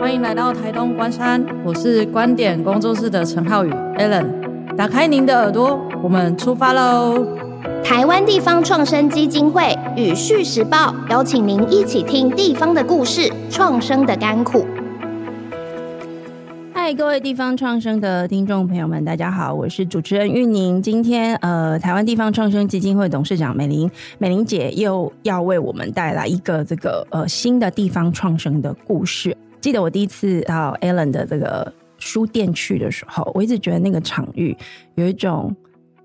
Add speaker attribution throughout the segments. Speaker 1: 欢迎来到台东关山，我是观点工作室的陈浩宇 Allen。打开您的耳朵，我们出发喽！
Speaker 2: 台湾地方创生基金会与《续时报》邀请您一起听地方的故事，创生的甘苦。
Speaker 3: 嗨，各位地方创生的听众朋友们，大家好，我是主持人玉宁。今天，呃，台湾地方创生基金会董事长美玲，美玲姐又要为我们带来一个这个呃新的地方创生的故事。记得我第一次到 Allen 的这个书店去的时候，我一直觉得那个场域有一种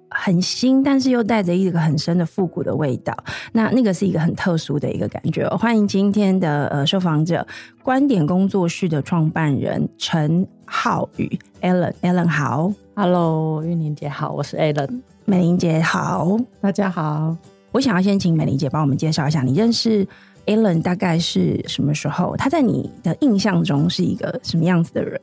Speaker 3: 很新，但是又带着一个很深的复古的味道。那那个是一个很特殊的一个感觉哦。欢迎今天的呃受访者，观点工作室的创办人陈浩宇 Allen，Allen 好，
Speaker 4: Hello，玉宁姐好，我是 Alan，
Speaker 3: 美玲姐好。
Speaker 4: 大家好。
Speaker 3: 我想要先请美玲姐帮我们介绍一下，你认识 Allen 大概是什么时候？他在你的印象中是一个什么样子的人？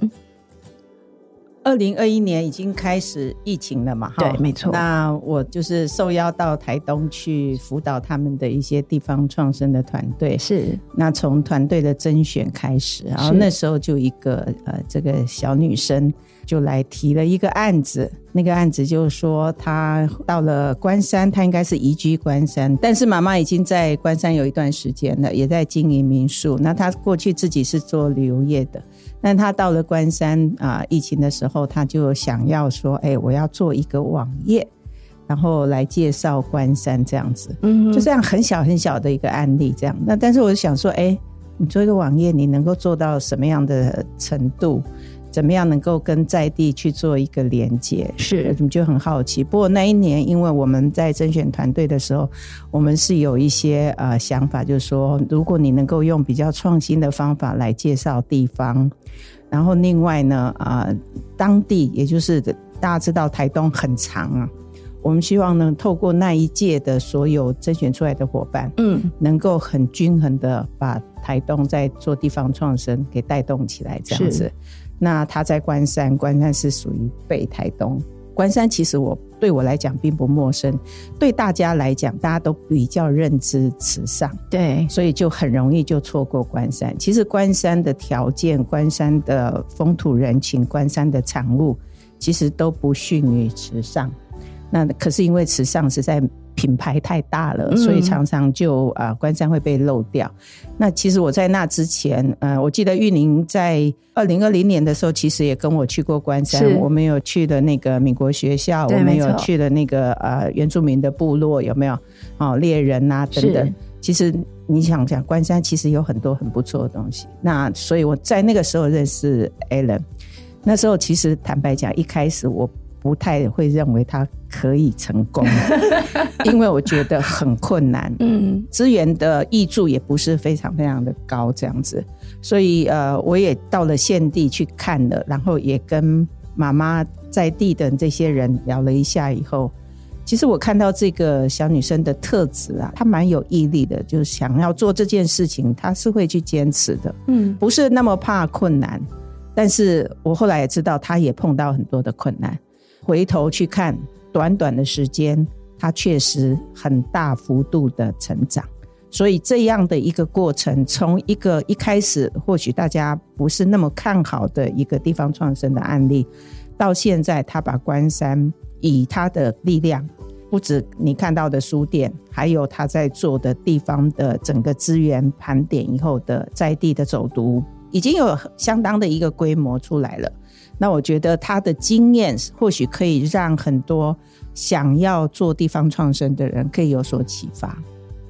Speaker 5: 二零二一年已经开始疫情了嘛，哈
Speaker 3: 对没错
Speaker 5: 那我就是受邀到台东去辅导他们的一些地方创生的团队。
Speaker 3: 是
Speaker 5: 那从团队的甄选开始，然后那时候就一个呃，这个小女生就来提了一个案子，那个案子就是说她到了关山，她应该是移居关山，但是妈妈已经在关山有一段时间了，也在经营民宿。那她过去自己是做旅游业的，但她到了关山啊、疫情的时候，她就想要说，哎，我要做一个网页，然后来介绍关山这样子。
Speaker 3: 嗯
Speaker 5: 就这样很小很小的一个案例，这样。那但是我就想说，哎、你做一个网页，你能够做到什么样的程度？怎么样能够跟在地去做一个连接？
Speaker 3: 是
Speaker 5: 我们就很好奇。不过那一年，因为我们在甄选团队的时候，我们是有一些呃想法，就是说，如果你能够用比较创新的方法来介绍地方，然后另外呢，呃，当地也就是大家知道台东很长啊，我们希望呢，透过那一届的所有甄选出来的伙伴，
Speaker 3: 嗯
Speaker 5: 能够很均衡的把台东在做地方创生给带动起来，这样子
Speaker 3: 是。
Speaker 5: 那他在关山，关山是属于北台东。关山其实我对我来讲并不陌生，对大家来讲，大家都比较认知慈善，
Speaker 3: 对
Speaker 5: 所以就很容易就错过关山。其实关山的条件、关山的风土人情、关山的产物，其实都不逊于池上。那可是因为池上实在品牌太大了，
Speaker 3: 嗯
Speaker 5: 所以常常就啊、呃关山会被漏掉。那其实我在那之前，呃，我记得玉宁在二零二零年的时候，其实也跟我去过关
Speaker 3: 是
Speaker 5: 山，我们有去的那个民国学校，
Speaker 3: 对
Speaker 5: 我们
Speaker 3: 没错
Speaker 5: 有去的那个呃原住民的部落，有没有？哦，猎人啊等
Speaker 3: 是
Speaker 5: 等。其实你想想，关山其实有很多很不错的东西。那所以我在那个时候认识 Alan，那时候其实坦白讲，一开始我不太会认为他可以成功，因为我觉得很困难。
Speaker 3: 嗯
Speaker 5: 资源的益助也不是非常非常的高，这样子，所以呃，我也到了现地去看了，然后也跟妈妈在地的这些人聊了一下以后，其实我看到这个小女生的特质啊，她蛮有毅力的，就是想要做这件事情，她是会去坚持的，
Speaker 3: 嗯
Speaker 5: 不是那么怕困难。但是我后来也知道，她也碰到很多的困难。回头去看，短短的时间，她确实很大幅度的成长。所以这样的一个过程，从一个一开始或许大家不是那么看好的一个地方创生的案例，到现在他把关山以他的力量，不止你看到的书店，还有他在做的地方的整个资源盘点以后的在地的走读，已经有相当的一个规模出来了。那我觉得他的经验或许可以让很多想要做地方创生的人可以有所启发。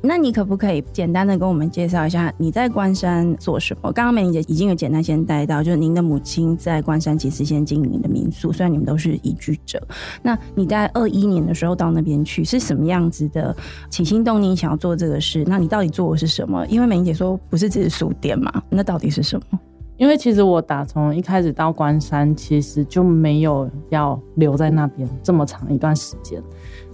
Speaker 3: 那你可不可以简单的跟我们介绍一下你在关山做什么？刚刚美玲姐已经有简单先带到，就是您的母亲在关山其实先经营的民宿，虽然你们都是移居者。那你在二一年的时候到那边去，是什么样子的起心动念想要做这个事？那你到底做的是什么？因为美玲姐说不是只是书店嘛，那到底是什么？
Speaker 4: 因为其实我打从一开始到关山，其实就没有要留在那边这么长一段时间。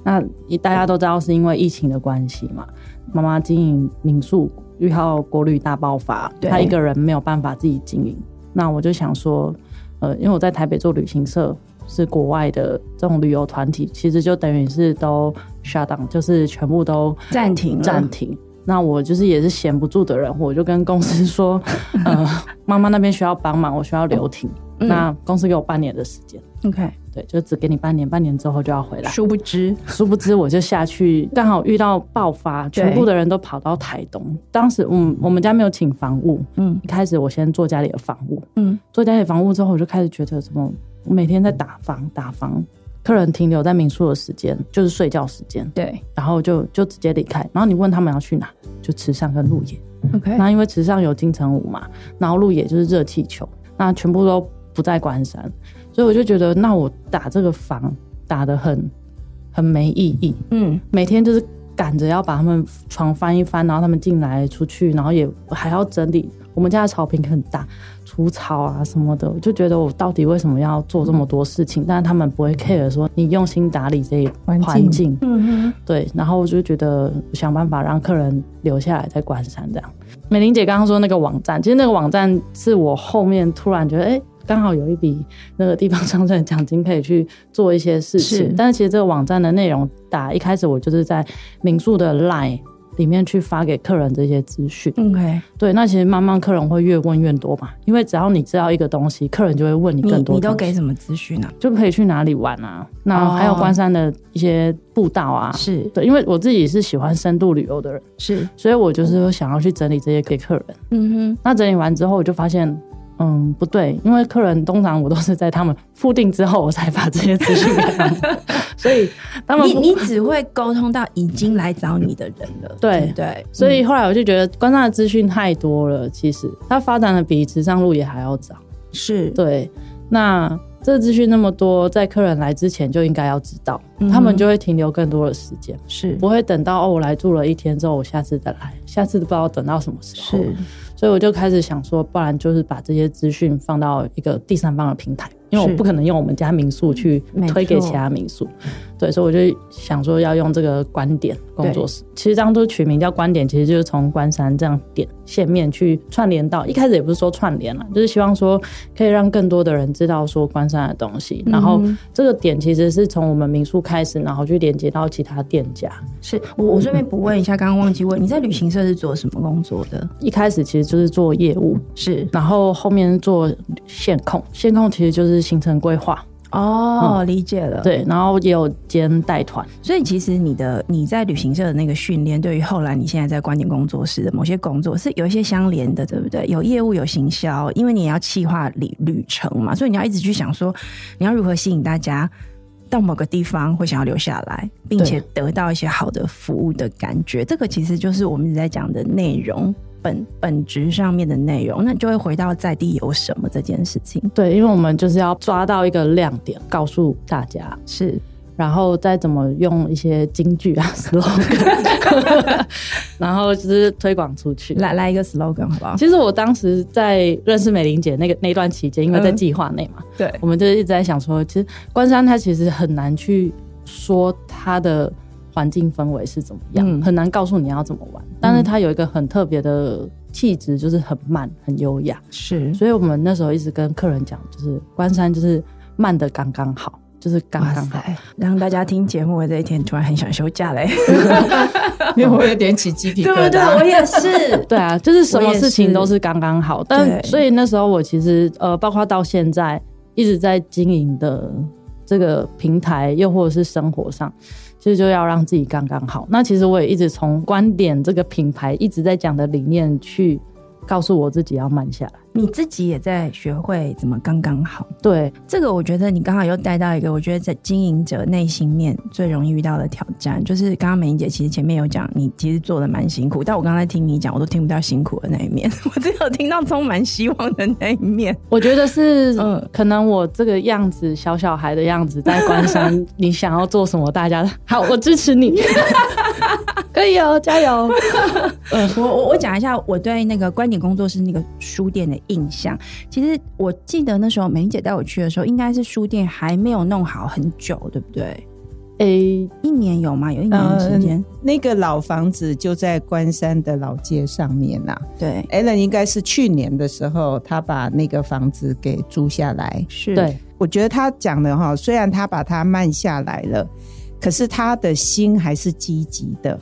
Speaker 4: 那大家都知道是因为疫情的关系嘛，妈妈经营民宿遇到国旅大爆发，
Speaker 3: 对
Speaker 4: 她一个人没有办法自己经营。那我就想说，呃，因为我在台北做旅行社，是国外的这种旅游团体，其实就等于是都 shut down，就是全部都
Speaker 3: 暂停了
Speaker 4: 暂停。那我就是也是闲不住的人，我就跟公 司说，呃，妈妈那边需要帮忙，我需要留停。
Speaker 3: 嗯
Speaker 4: 那公司给我半年的时间，
Speaker 3: OK，
Speaker 4: 对，就只给你半年，半年之后就要回来。
Speaker 3: 殊不知，
Speaker 4: 殊不知我就下去，刚好遇到爆发，
Speaker 3: 对
Speaker 4: 全部的人都跑到台东。当时，嗯，我们家没有请房务，
Speaker 3: 嗯
Speaker 4: 一开始我先做家里的房务，
Speaker 3: 嗯，
Speaker 4: 做家里房务之后，我就开始觉得怎么我每天在打房打房，客人停留在民宿的时间就是睡觉时间，
Speaker 3: 对
Speaker 4: 然后就就直接离开。然后你问他们要去哪，就池上跟鹿野。
Speaker 3: ，OK，
Speaker 4: 那因为池上有金城武嘛，然后鹿野就是热气球，那全部都不在关山，所以我就觉得，那我打这个房打得很很没意义，
Speaker 3: 嗯
Speaker 4: 每天就是赶着要把他们床翻一翻，然后他们进来出去，然后也还要整理。我们家的草坪很大，除草啊什么的，我就觉得我到底为什么要做这么多事情？但是他们不会 care 说你用心打理这一
Speaker 5: 环境
Speaker 4: 环境，
Speaker 3: 嗯哼，
Speaker 4: 对，然后我就觉得想办法让客人留下来在关山这样。美玲姐刚刚说那个网站，其实那个网站是我后面突然觉得，哎，刚好有一笔那个地方上证的奖金可以去做一些事情
Speaker 3: 是。
Speaker 4: 但是其实这个网站的内容打一开始我就是在民宿的 Line 里面去发给客人这些资讯。
Speaker 3: 嗯，OK，
Speaker 4: 对，那其实慢慢客人会越问越多嘛，因为只要你知道一个东西，客人就会问你
Speaker 3: 你
Speaker 4: 更多
Speaker 3: 你都
Speaker 4: 东西
Speaker 3: 给什么资讯啊呢？
Speaker 4: 就可以去哪里玩啊？那还有
Speaker 3: 哦
Speaker 4: 关山的一些步道啊，
Speaker 3: 是
Speaker 4: 对，因为我自己是喜欢深度旅游的人，
Speaker 3: 是，
Speaker 4: 所以我就是
Speaker 3: 嗯
Speaker 4: 会想要去整理这些给客人。
Speaker 3: 嗯哼，
Speaker 4: 那整理完之后，我就发现，嗯，不对，因为客人通常我都是在他们付定之后，我才把这些资讯给 他们，所以他们
Speaker 3: 你你只会沟通到已经来找你的人了，
Speaker 4: 对
Speaker 3: 对不对，嗯
Speaker 4: 所以后来我就觉得观察的资讯太多了，其实它发展的比池上路也还要早。
Speaker 3: 嗯是
Speaker 4: 对，那这资讯那么多，在客人来之前就应该要知道，
Speaker 3: 嗯
Speaker 4: 他们就会停留更多的时间，
Speaker 3: 是
Speaker 4: 不会等到哦我来住了一天之后，我下次再来，下次不知道等到什么时候。
Speaker 3: 是
Speaker 4: 所以我就开始想说，不然就是把这些资讯放到一个第三方的平台，因为
Speaker 3: 是
Speaker 4: 我不可能用我们家民宿去
Speaker 3: 没
Speaker 4: 推给
Speaker 3: 错
Speaker 4: 其他民宿。对，所以我就想说要用这个观点工作室。其实当初取名叫观点，其实就是从关山这样点线面去串联到，一开始也不是说串联了，就是希望说可以让更多的人知道说关山的东西。
Speaker 3: 嗯
Speaker 4: 然后这个点其实是从我们民宿开始，然后去连接到其他店家。
Speaker 3: 是，我我顺便补问一下，刚刚忘记问你在旅行社是做什么工作的？
Speaker 4: 一开始其实就是做业务，
Speaker 3: 是
Speaker 4: 然后后面做线控，线控其实就是行程规划，
Speaker 3: 哦，理解了，
Speaker 4: 对，然后也有兼带团，
Speaker 3: 所以其实你的你在旅行社的那个训练，对于后来你现在在观点工作室的某些工作是有一些相连的，对不对？有业务，有行销，因为你也要企划旅旅程嘛，所以你要一直去想说，你要如何吸引大家到某个地方会想要留下来，并且得到一些好的服务的感觉。这个其实就是我们一直在讲的内容。本本质上面的内容，那就会回到在地有什么这件事情，
Speaker 4: 对，因为我们就是要抓到一个亮点，告诉大家，
Speaker 3: 是
Speaker 4: 然后再怎么用一些金句啊 slogan，然 后就是推广出去。
Speaker 3: 来来一个 slogan 好不好？
Speaker 4: 其实我当时在认识美玲姐那个那段期间，因为在计划内嘛，
Speaker 3: 嗯对，
Speaker 4: 我们就一直在想说，其实关山它其实很难去说它的环境氛围是怎么样，
Speaker 3: 嗯
Speaker 4: 很难告诉你要怎么玩。但是它有一个很特别的气质，就是很慢、很优雅。
Speaker 3: 是
Speaker 4: 所以我们那时候一直跟客人讲，就是关山就是慢的刚刚好，就是刚
Speaker 3: 哇
Speaker 4: 刚好。
Speaker 3: 塞！让大家听节目的这一天，突然很想休假嘞，
Speaker 5: 因为我有点起鸡皮疙瘩。
Speaker 3: 也是。
Speaker 4: 对啊，就是什
Speaker 3: 我
Speaker 4: 么
Speaker 3: 也
Speaker 4: 事情
Speaker 3: 是
Speaker 4: 都是刚刚好。
Speaker 3: 对
Speaker 4: 但所以那时候我其实呃，包括到现在一直在经营的这个平台，又或者是生活上，其实就要让自己刚刚好。那其实我也一直从观点这个品牌一直在讲的理念去告诉我自己要慢下来。
Speaker 3: 你自己也在学会怎么刚刚好。
Speaker 4: 对，
Speaker 3: 这个我觉得你刚好又带到一个，我觉得在经营者内心面最容易遇到的挑战，就是刚刚美英姐其实前面有讲，你其实做的蛮辛苦，但我刚才听你讲，我都听不到辛苦的那一面， 我只有听到充满希望的那一面。
Speaker 4: 我觉得是
Speaker 3: 嗯，
Speaker 4: 可能我这个样子，小小孩的样子，在关山，你想要做什么，大家好，我支持你， 可以哦，加油。
Speaker 3: 我我我讲一下我对那个观点工作室那个书店的印象。其实我记得那时候美玲姐带我去的时候，应该是书店还没有弄好很久，对不对？
Speaker 4: 诶、
Speaker 3: 一年有吗？有一年的时间？
Speaker 5: 那个老房子就在关山的老街上面呐、
Speaker 3: 对，
Speaker 5: a l l n 应该是去年的时候，他把那个房子给租下来。
Speaker 3: 是，
Speaker 4: 对，
Speaker 5: 我觉得他讲的哈，虽然他把它慢下来了，可是他的心还是积极的。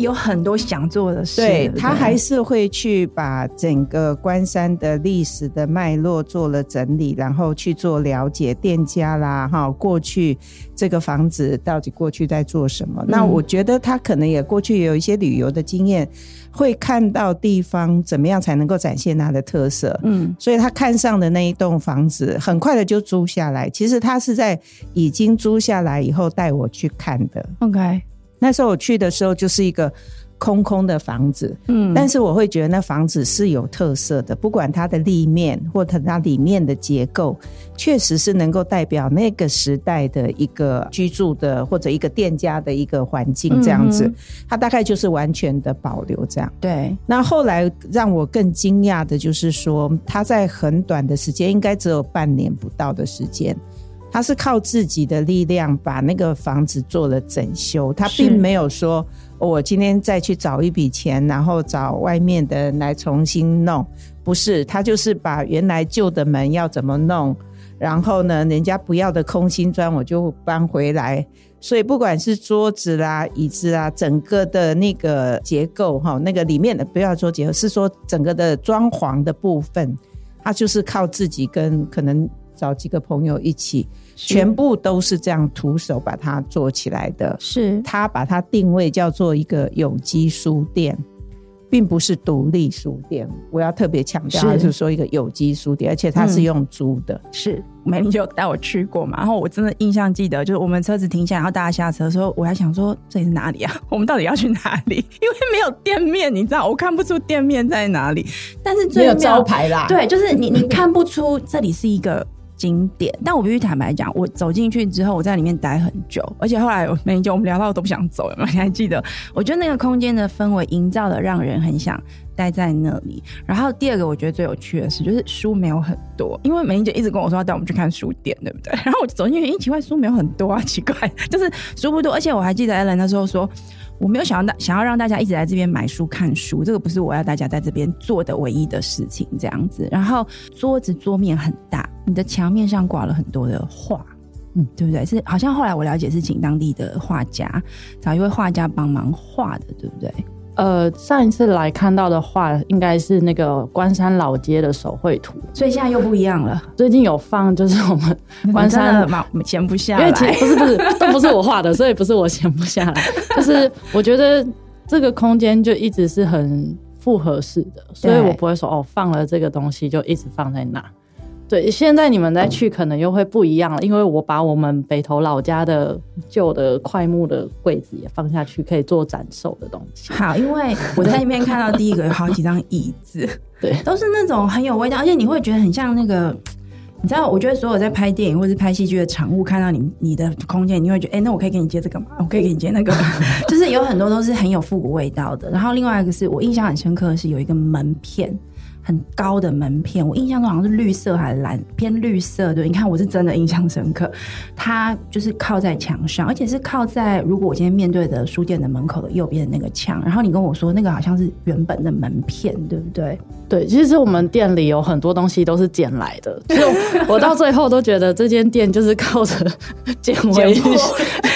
Speaker 3: 有很多想做的事，
Speaker 5: 对
Speaker 3: 不
Speaker 5: 他还是会去把整个关山的历史的脉络做了整理，然后去做了解店家啦，哈，过去这个房子到底过去在做什
Speaker 3: 嗯
Speaker 5: 么？那我觉得他可能也过去有一些旅游的经验，会看到地方怎么样才能够展现它的特色。
Speaker 3: 嗯
Speaker 5: 所以他看上的那一栋房子，很快的就租下来。其实他是在已经租下来以后带我去看的。
Speaker 3: ，OK，
Speaker 5: 那时候我去的时候就是一个空空的房子，
Speaker 3: 嗯，
Speaker 5: 但是我会觉得那房子是有特色的，不管它的立面或者它里面的结构，确实是能够代表那个时代的一个居住的或者一个店家的一个环境这样子。
Speaker 3: 嗯
Speaker 5: 它大概就是完全的保留这样。
Speaker 3: 对，
Speaker 5: 那后来让我更惊讶的就是说，他在很短的时间，应该只有半年不到的时间，他是靠自己的力量把那个房子做了整修，他
Speaker 3: 是
Speaker 5: 并没有说、哦我今天再去找一笔钱，然后找外面的人来重新弄，不是，他就是把原来旧的门要怎么弄。然后呢，人家不要的空心砖我就搬回来，所以不管是桌子啦、椅子啦，整个的那个结构哈，那个里面的不要说结构，是说整个的装潢的部分，它就是靠自己跟可能找几个朋友一起，全部都是这样徒手把它做起来的。
Speaker 3: 是
Speaker 5: 他把它定位叫做一个有机书店，并不是独立书店。我要特别强调，
Speaker 3: 是
Speaker 5: 它是说一个有机书店，而且它
Speaker 4: 嗯
Speaker 5: 是用租的。
Speaker 3: 是，美玲就带我去过嘛，然后我真的印象记得，就是我们车子停下来，然后大家下车的时候，我还想说这里是哪里 啊？我们到底要去哪里？因为没有店面，你知道，我看不出店面在哪里。但是最
Speaker 5: 没有
Speaker 3: 妙
Speaker 5: 招牌啦
Speaker 3: 对，就是你你看不出这里是一个。景点，但我必须坦白讲，我走进去之后，我在里面待很久，而且后来我美玲姐我们聊到我都不想走了嘛，你还记得？我觉得那个空间的氛围营造的让人很想待在那里。然后第二个我觉得最有趣的是，就是书没有很多，因为美玲姐一直跟我说要带我们去看书店，对不 对？然后我就走进去，咦，奇怪，书没有很多啊，奇怪， 就是书不多。而且我还记得 Ellen 那时候说，我没有想要大想要让大家一直来这边买书看书，这个不是我要大家在这边做的唯一的事情，这样子。然后桌子桌面很大，你的墙面上挂了很多的画。嗯，对不对？是好像后来我了解是请当地的画家，找一位画家帮忙画的，对不对？
Speaker 4: 呃，上一次来看到的画，应该是那个关山老街的手绘图。
Speaker 3: 所以现在又不一样了，
Speaker 4: 最近有放，就是我们关
Speaker 3: 嗯真
Speaker 4: 山
Speaker 3: 的嘛，闲不下
Speaker 4: 因
Speaker 3: 来
Speaker 4: 为。其实不是不是都不是我画的，所以不是我闲不下来。就是我觉得这个空间就一直是很复合式的，所以
Speaker 3: 对
Speaker 4: 我不会说哦放了这个东西就一直放在那。对，现在你们再去可能又会不一样了，因为我把我们北投老家的旧的快木的柜子也放下去，可以做展售的东西。
Speaker 3: 好，因为我在那边看到第一个有好几张椅 子，
Speaker 4: 对
Speaker 3: 都是那种很有味道，而且你会觉得很像那个。你知道，我觉得所有在拍电影或是拍戏剧的场务，看到你你的空间，你会觉得，哎、那我可以给你接这个吗？我可以给你接那个吗？ 就是有很多都是很有复古味道的。然后另外一个是我印象很深刻的是有一个门片，很高的门片，我印象中好像是绿色还是蓝，偏绿色。对，你看我是真的印象深刻。它就是靠在墙上，而且是靠在如果我今天面对的书店的门口的右边的那个墙。然后你跟我说那个好像是原本的门片，对不对？
Speaker 4: 对，其实我们店里有很多东西都是捡来的，就我到最后都觉得这间店就是靠着 捡回
Speaker 3: 捡回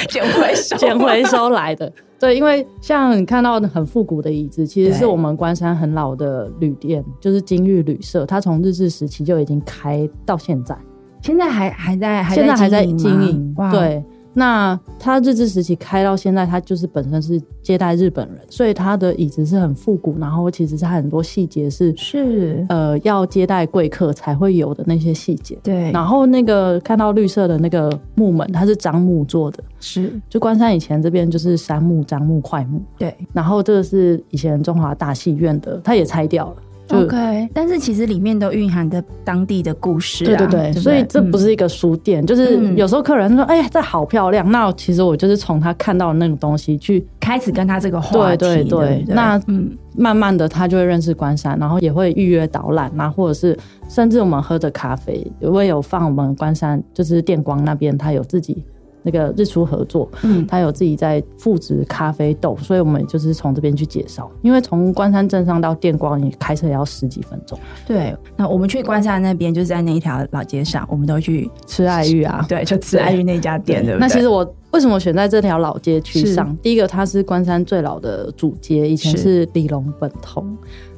Speaker 3: 捡回手，
Speaker 4: 捡回收来的。对，因为像你看到的很复古的椅子，其实是
Speaker 3: 对
Speaker 4: 我们关山很老的旅店，就是金玉旅社，它从日治时期就已经开到现在，
Speaker 3: 现在还还在，
Speaker 4: 现在还在
Speaker 3: 经
Speaker 4: 经
Speaker 3: 吗
Speaker 4: 营
Speaker 3: 哇，。
Speaker 4: 对，那它日治时期开到现在，它就是本身是接待日本人，所以它的椅子是很复古，然后其实它很多细节是
Speaker 3: 是，
Speaker 4: 呃要接待贵客才会有的那些细节。
Speaker 3: 对，
Speaker 4: 然后那个看到绿色的那个木门，它是樟木做的，
Speaker 3: 是，
Speaker 4: 就关山以前这边就是杉木、樟木、块木，
Speaker 3: 对
Speaker 4: 然后这个是以前中华大戏院的，它也拆掉了。就
Speaker 3: ，OK。但是其实里面都蕴含着当地的故事、
Speaker 4: 对
Speaker 3: 啊，
Speaker 4: 对对，
Speaker 3: 对，
Speaker 4: 所以这
Speaker 3: 嗯、
Speaker 4: 不是一个书店，就是
Speaker 3: 嗯
Speaker 4: 有时候客人说：“哎呀，这好漂亮。”那其实我就是从他看到的那种东西去，
Speaker 3: 开始跟他这个话题，
Speaker 4: 对对
Speaker 3: 对
Speaker 4: 对
Speaker 3: 不对
Speaker 4: 那
Speaker 3: 嗯，
Speaker 4: 慢慢的他就会认识关山，然后也会预约导览啊，或者是甚至我们喝的咖啡也会有放我们关山，就是电光那边他有自己那个日出合作，
Speaker 3: 嗯
Speaker 4: 他有自己在复植咖啡豆，所以我们就是从这边去介绍。因为从关山镇上到电光，你开车也要十几分钟，
Speaker 3: 对，那我们去关山那边，就是在那一条老街上，我们都去
Speaker 4: 吃爱玉啊。
Speaker 3: 对，就吃爱玉那家店，对不对？
Speaker 4: 那其实我为什么选在这条老街区
Speaker 3: 是
Speaker 4: 上？第一个，它是关山最老的主街，以前
Speaker 3: 是
Speaker 4: 是李龙本通。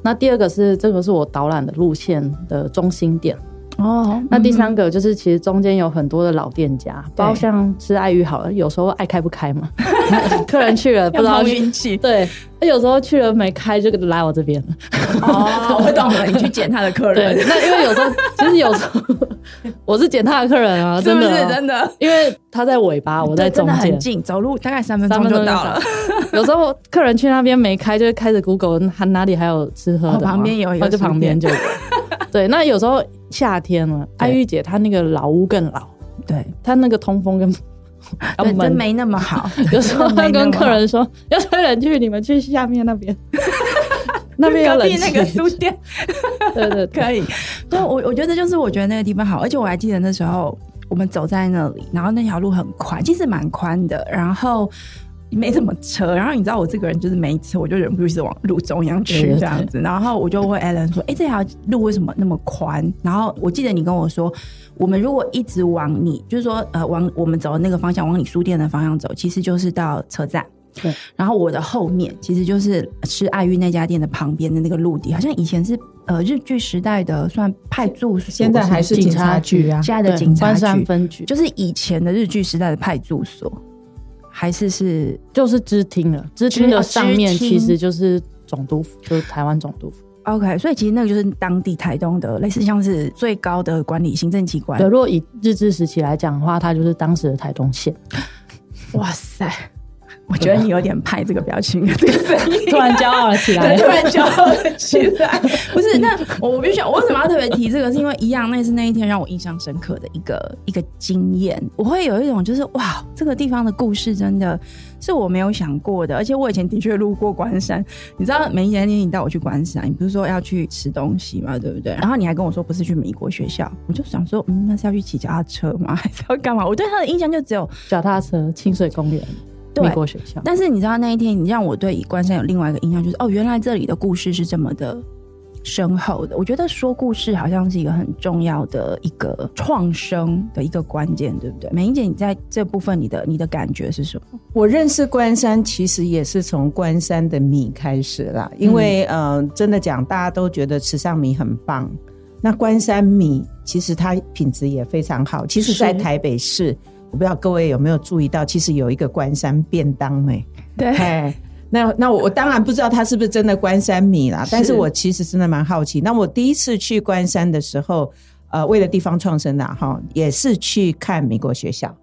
Speaker 4: 那第二个是这个是我导览的路线的中心点。
Speaker 3: 哦，嗯
Speaker 4: 那第三个就是，其实中间有很多的老店家，包
Speaker 3: 对
Speaker 4: 像吃爱玉好了，有时候爱开不开 嘛，客人去了不
Speaker 3: 要
Speaker 4: 知道
Speaker 3: 碰
Speaker 4: 去
Speaker 3: 运气
Speaker 4: 对，那有时候去了没开就来我这边了。
Speaker 3: 哦，我懂了，你去捡他的客
Speaker 4: 对，
Speaker 3: 人，
Speaker 4: 那因为有时候其实有时候 我是捡他的客人啊，
Speaker 3: 是
Speaker 4: 真
Speaker 3: 不
Speaker 4: 的
Speaker 3: 是
Speaker 4: 啊、
Speaker 3: 真的？哦
Speaker 4: 因为他在尾巴，我在
Speaker 3: 对真
Speaker 4: 中
Speaker 3: 的很
Speaker 4: 间。
Speaker 3: 近，走路大概三分
Speaker 4: 三
Speaker 3: 钟
Speaker 4: 分钟
Speaker 3: 就到了。。
Speaker 4: 有时候客人去那边没开，就会开着 Google，他哪里还有吃喝的
Speaker 3: 哦
Speaker 4: 吗、
Speaker 3: 旁边有一个
Speaker 4: 哦就旁边
Speaker 3: 书
Speaker 4: 就有。对，那有时候夏天了，
Speaker 3: 对
Speaker 4: 爱玉姐她那个老屋更老，
Speaker 3: 对，
Speaker 4: 她那个通 风跟要
Speaker 3: 对，真
Speaker 4: 闷
Speaker 3: 没那么好。
Speaker 4: 有时候
Speaker 3: 真的
Speaker 4: 他
Speaker 3: 没那
Speaker 4: 跟
Speaker 3: 么
Speaker 4: 客人说要推人去，你们去下面那 边，那边有
Speaker 3: 隔
Speaker 4: 冷
Speaker 3: 壁那个
Speaker 4: 气。
Speaker 3: 书店
Speaker 4: 对对 对，
Speaker 3: 可以。 对，我我觉得就是我觉得那个地方好，而且我还记得那时候我们走在那里，然后那条路很宽，其实蛮宽的，然后。没什么车，然后你知道我这个人就是没车，我就忍不住一直往路中央
Speaker 4: 对
Speaker 3: 去
Speaker 4: 对
Speaker 3: 这样子。然后我就问 Alan 说：“哎、这条路为什么那么宽？”然后我记得你跟我说，我们如果一直往你，就是说呃往我们走的那个方向，往你书店的方向走，其实就是到车站。
Speaker 4: 对，
Speaker 3: 然后我的后面其实就是吃爱玉那家店的旁边的那个陆地，好像以前是呃日据时代的算派驻所，
Speaker 5: 现在还是警察局啊
Speaker 3: 现在的警察
Speaker 4: 关
Speaker 3: 局，
Speaker 4: 山分局就
Speaker 3: 就是以前的日据时代的派驻所，还是是
Speaker 4: 就是知厅了，知厅的上面
Speaker 3: 知厅
Speaker 4: 其实就是总督府，就是台湾总督府。
Speaker 3: OK，所以其实那个就是当地台东的类似像是最高的管理行政机关
Speaker 4: 对，。如果以日治时期来讲的话，它就是当时的台东县。
Speaker 3: 哇塞！我觉得你有点拍这个表情，这个声音
Speaker 4: 突然骄傲了起来
Speaker 3: 对，突。然叫起 来。不是，那我我必须要，我为什么要特别提这个？是因为一样，那是那一天让我印象深刻的一个一个经验。我会有一种就是哇，这个地方的故事真的是我没有想过的，而且我以前的确路过关山。你知道，每一年你带我去关山，你不是说要去吃东西嘛，对不对？然后你还跟我说不是去美国学校，我就想说，嗯，那是要去骑脚踏车吗？还是要干嘛？我对他的印象就只有
Speaker 4: 脚踏车、清水公园、
Speaker 3: 对
Speaker 4: 美国学校，
Speaker 3: 但是你知道那一天，你让我对关山有另外一个印象，就是哦，原来这里的故事是这么的深厚的。我觉得说故事好像是一个很重要的一个创生的一个关键，对不对？美英姐，你在这部分你的你的感觉是什么？
Speaker 5: 我认识关山，其实也是从关山的米开始啦。因为，嗯、呃，真的讲，大家都觉得池上米很棒。那关山米其实它品质也非常好。其实，在台北市，我不知道各位有没有注意到，其实有一个关山便当呢、
Speaker 3: 对
Speaker 5: 哎，那那我我当然不知道它是不是真的关山米啦，但是我其实真的蛮好奇。那我第一次去关山的时候，呃，为了地方创生啦，哈，也是去看美国学校，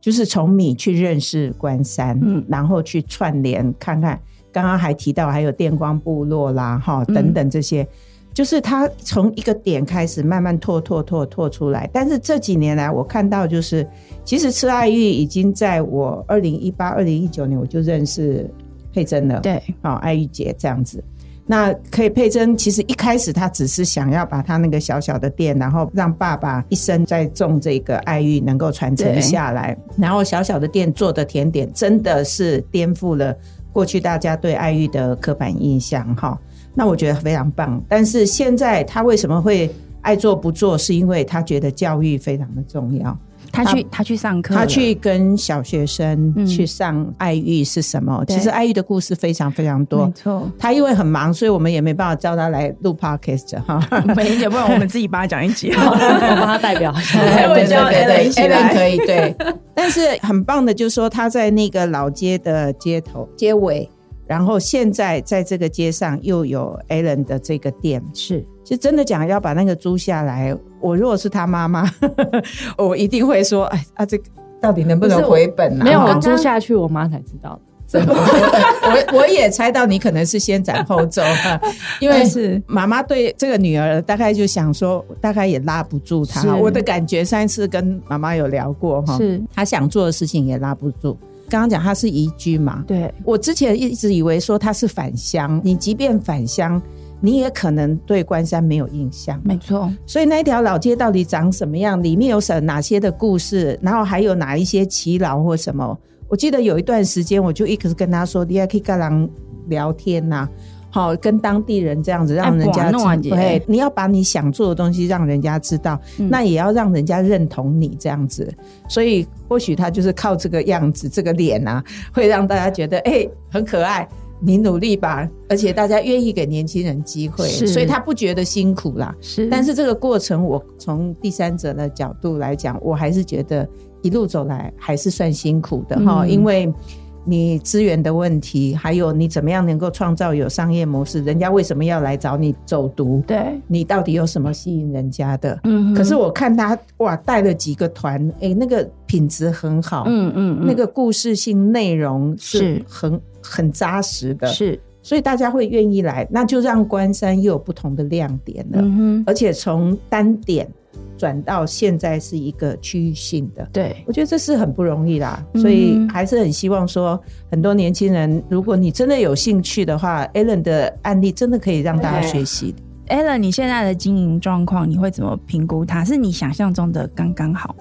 Speaker 5: 就是从米去认识关山，
Speaker 3: 嗯
Speaker 5: 然后去串联看看。刚刚还提到还有电光部落啦，哈，
Speaker 3: 嗯
Speaker 5: 等等这些。就是它从一个点开始慢慢拓拓拓拓出来，但是这几年来我看到，就是其实吃爱玉已经在我二零一八、二零一九年我就认识佩珍了，，
Speaker 3: 对，
Speaker 5: 哦，爱玉姐这样子。那可以，佩珍其实一开始她只是想要把她那个小小的店，然后让爸爸一生在种这个爱玉能够传承
Speaker 3: 对
Speaker 5: 下来，然后小小的店做的甜点真的是颠覆了过去大家对爱玉的刻板印象哈。那我觉得非常棒，但是现在她为什么会爱做不做，是因为她觉得教育非常的重要。
Speaker 3: 他去他去上课了，
Speaker 5: 他去跟小学生
Speaker 3: 嗯
Speaker 5: 去上爱玉是什么？
Speaker 3: 对
Speaker 5: 其实爱玉的故事非常非常
Speaker 3: 没
Speaker 5: 多。
Speaker 3: 错。
Speaker 5: 他因为很忙，所以我们也没办法叫他来录 podcast 哈。
Speaker 3: 美英姐，不然我们自己帮她讲一集。
Speaker 4: 我帮他代表一下。
Speaker 3: 哎我叫 Alan 一起
Speaker 5: a l a
Speaker 3: 来
Speaker 5: n 可以对，但是很棒的就是说他在那个老街的街头街尾，然后现在在这个街上又有 Alan 的这个店，
Speaker 3: 是
Speaker 5: 其实真的讲要把那个租下来，我如果是他妈妈， 我一定会说，哎啊这个到底能不能
Speaker 3: 不是我
Speaker 5: 回本啊？
Speaker 4: 没有，
Speaker 5: 哈
Speaker 4: 我租下去，我妈才知道的。
Speaker 5: 我我也猜到你可能是先斩后奏，因为
Speaker 3: 但是
Speaker 5: 妈妈对这个女儿大概就想说，大概也拉不住
Speaker 3: 是
Speaker 5: 她。我的感觉上一次跟妈妈有聊过哈，
Speaker 3: 是，
Speaker 5: 她想做的事情也拉不住。刚刚讲她是移居嘛，
Speaker 3: 对，
Speaker 5: 我之前一直以为说她是返乡，你即便返乡。你也可能对关山没有印象。
Speaker 3: 没错，
Speaker 5: 所以那一条老街到底长什么样，里面有什哪些的故事，然后还有哪一些祈祷或什么？我记得有一段时间，我就一直跟他说，你要去跟人聊天呐、好，跟当地人这样子，让人家
Speaker 3: 哎不然弄啊
Speaker 5: 知
Speaker 3: 姐
Speaker 5: 对，你要把你想做的东西让人家知道，
Speaker 3: 嗯
Speaker 5: 那也要让人家认同你这样子。所以或许他就是靠这个样子、这个脸啊，会让大家觉得哎、很可爱。你努力吧，而且大家愿意给年轻人机会，
Speaker 3: 是
Speaker 5: 所以他不觉得辛苦啦。
Speaker 3: 是
Speaker 5: 但是这个过程，我从第三者的角度来讲，我还是觉得一路走来还是算辛苦的哈、
Speaker 3: 嗯
Speaker 5: 因为你资源的问题，还有你怎么样能够创造有商业模式，人家为什么要来找你走读？
Speaker 3: 对，
Speaker 5: 你到底有什么吸引人家的？
Speaker 3: 嗯哼
Speaker 5: 可是我看他哇，带了几个团，诶，那个品质很好，
Speaker 3: 嗯嗯嗯，
Speaker 5: 那个故事性内容是
Speaker 3: 是
Speaker 5: 很很扎实的，
Speaker 3: 是
Speaker 5: 所以大家会愿意来，那就让关山又有不同的亮点了。
Speaker 3: 嗯哼，
Speaker 5: 而且从单点转到现在是一个区域性的，
Speaker 3: 对，
Speaker 5: 我觉得这是很不容易啦，
Speaker 3: 嗯
Speaker 5: 所以还是很希望说，很多年轻人，如果你真的有兴趣的话，Allen 的案例真的可以让大家学习。
Speaker 3: a l a n 你现在的经营状况，你会怎么评估它？是你想象中的刚刚好？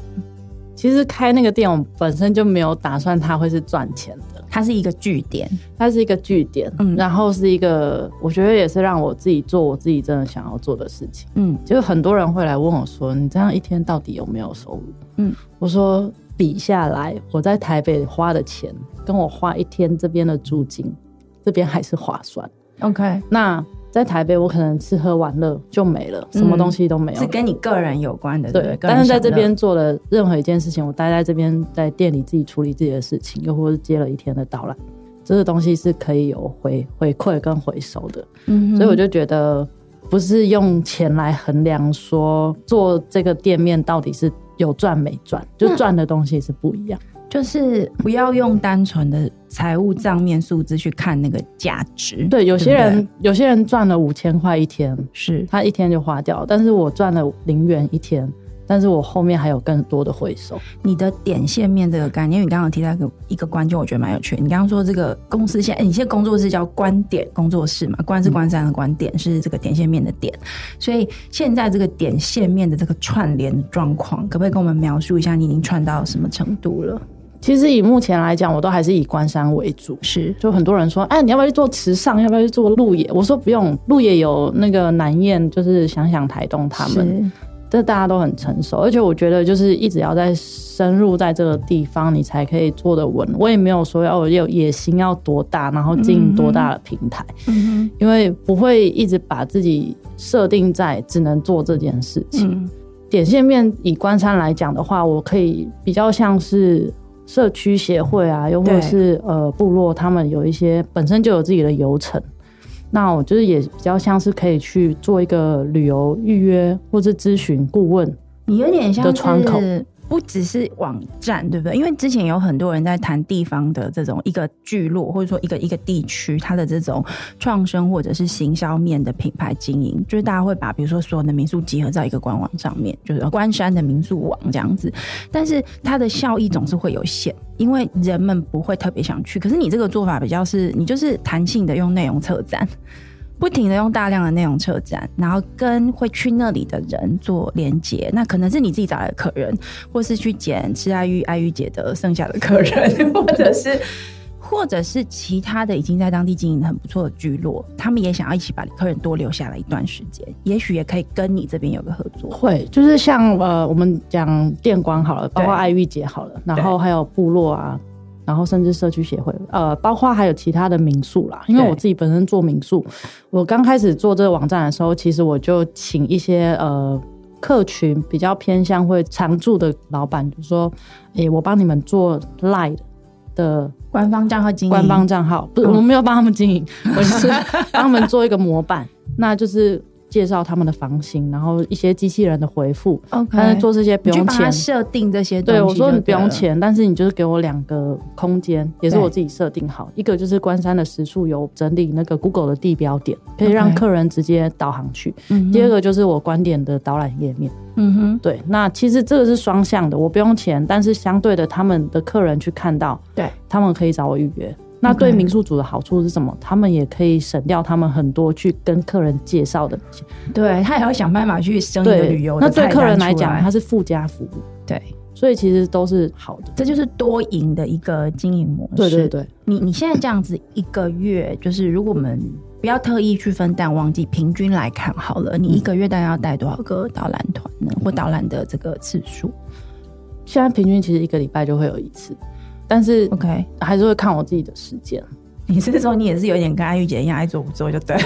Speaker 4: 其实开那个店，我本身就没有打算它会是赚钱的，
Speaker 3: 它是一个据点，
Speaker 4: 它是一个据点，
Speaker 3: 嗯
Speaker 4: 然后是一个，我觉得也是让我自己做我自己真的想要做的事情。
Speaker 3: 嗯
Speaker 4: 就是很多人会来问我说：“你这样一天到底有没有收入？”
Speaker 3: 嗯，
Speaker 4: 我说比下来，我在台北花的钱，跟我花一天这边的租金，这边还是划算。
Speaker 3: ，OK，
Speaker 4: 那在台北，我可能吃喝玩乐就没了，什么东西都没有。
Speaker 3: 嗯是跟你个人有关的，对不
Speaker 4: 对
Speaker 3: 对，，个人
Speaker 4: 但是在这
Speaker 3: 享乐
Speaker 4: 边做了任何一件事情，我待在这边在店里自己处理自己的事情，又或是接了一天的导览，这个东西是可以有回回馈跟回收的。
Speaker 3: 嗯哼
Speaker 4: 所以我就觉得不是用钱来衡量说做这个店面到底是有赚没赚，就赚的东西是不一样。
Speaker 3: 就是不要用单纯的财务账面数字去看那个价值。
Speaker 4: 对，有些人
Speaker 3: 对不
Speaker 4: 有些人赚了五千块一天，
Speaker 3: 是
Speaker 4: 他一天就花掉，但是我赚了零元一天。但是我后面还有更多的回收，
Speaker 3: 你的点线面这个概念，因为你刚刚有提到一个一个关键，我觉得蛮有趣的。你刚刚说这个公司现在，哎你现在工作室叫观点工作室嘛？观是观山的观点，是这个点线面的点。所以现在这个点线面的这个串联状况，可不可以跟我们描述一下？你已经串到什么程度了？
Speaker 4: 其实以目前来讲，我都还是以关山为主。
Speaker 3: 是
Speaker 4: 就很多人说，哎，你要不要去做慈善？要不要去做鹿野？我说不用，鹿野有那个南燕，就是想想台东他们，
Speaker 3: 是
Speaker 4: 这大家都很成熟，而且我觉得就是一直要在深入在这个地方，你才可以做得稳。我也没有说要我有野心要多大，然后经营多大的平台，
Speaker 3: 嗯
Speaker 4: 因为不会一直把自己设定在只能做这件事
Speaker 3: 哼
Speaker 4: 情。
Speaker 3: 嗯
Speaker 4: 点线面以关山来讲的话，我可以比较像是社区协会啊，又或者是呃部落，他们有一些本身就有自己的游程。那我就是也比较像是可以去做一个旅游预约或是咨询顾问，
Speaker 3: 你有点像
Speaker 4: 的窗口
Speaker 3: 是不只是网站，对不对？因为之前有很多人在谈地方的这种一个聚落，或者说一个一个地区，它的这种创生或者是行销面的品牌经营，就是大家会把比如说所有的民宿集合在一个官网上面，就是关山的民宿网这样子。但是它的效益总是会有限，因为人们不会特别想去。可是你这个做法比较是，你就是弹性的用内容策展，不停的用大量的内容策展，然后跟会去那里的人做连接。那可能是你自己找来的客人，或是去捡吃爱玉爱玉姐的剩下的客人，或者是。或者是其他的已经在当地经营的很不错的聚落，他们也想要一起把客人多留下来一段时间，也许也可以跟你这边有个合作。
Speaker 4: 会，就是像呃，我们讲电光好了，包括
Speaker 3: 对
Speaker 4: 爱玉节好了，然后还有部落啊，然后甚至社区协会，呃，包括还有其他的民宿啦。因为
Speaker 3: 对
Speaker 4: 我自己本身做民宿，我刚开始做这个网站的时候，其实我就请一些呃。客群比较偏向会常住的老板，就说：“诶、我帮你们做 Line 的
Speaker 3: 官方账号经营，
Speaker 4: 嗯官方账号，
Speaker 3: 嗯
Speaker 4: 不是、我没有帮他们 经营，我是帮他们做一个模板，那就是介绍他们的房型，然后一些机器人的回复，
Speaker 3: OK，
Speaker 4: 但是做这些
Speaker 3: 嗯
Speaker 4: 不
Speaker 3: 你去
Speaker 4: 用
Speaker 3: 帮他
Speaker 4: 钱。
Speaker 3: 设定这些东西就对了，
Speaker 4: 对，我说你不用钱，但是你就是给我两个空间，也是
Speaker 3: 对
Speaker 4: 我自己设定好。一个就是关山的时速有整理那个 Google 的地标点，可以让
Speaker 3: OK
Speaker 4: 客人直接导航去。
Speaker 3: 嗯哼。
Speaker 4: 第二个就是我观点的导览页面。
Speaker 3: 嗯哼，
Speaker 4: 对，那其实这个是双向的，我不用钱，但是相对的，他们的客人去看到，
Speaker 3: 对，嗯
Speaker 4: 他们可以找我预约。那对民宿主的好处是什么？他们也可以省掉他们很多去跟客人介绍的钱。
Speaker 3: 对他也要想办法去生一个
Speaker 4: 对
Speaker 3: 旅游的
Speaker 4: 那对
Speaker 3: 菜
Speaker 4: 客
Speaker 3: 单
Speaker 4: 人来
Speaker 3: 出
Speaker 4: 讲，
Speaker 3: 来
Speaker 4: 它是附加服务，
Speaker 3: 对，
Speaker 4: 所以其实都是好的。
Speaker 3: 这就是多赢的一个经营模式。
Speaker 4: 对对对，
Speaker 3: 你你现在这样子一个月，就是如果我们不要特意去分淡旺季，平均来看好了，你一个月大概要带多少个导览团呢？
Speaker 4: 嗯
Speaker 3: 或导览的这个次数
Speaker 4: 现在平均其实一个礼拜就会有一次，但是
Speaker 3: ？OK，
Speaker 4: 还是会看我自己的时间。
Speaker 3: 你是说你也是有点跟阿玉姐一样爱做不做就 对了？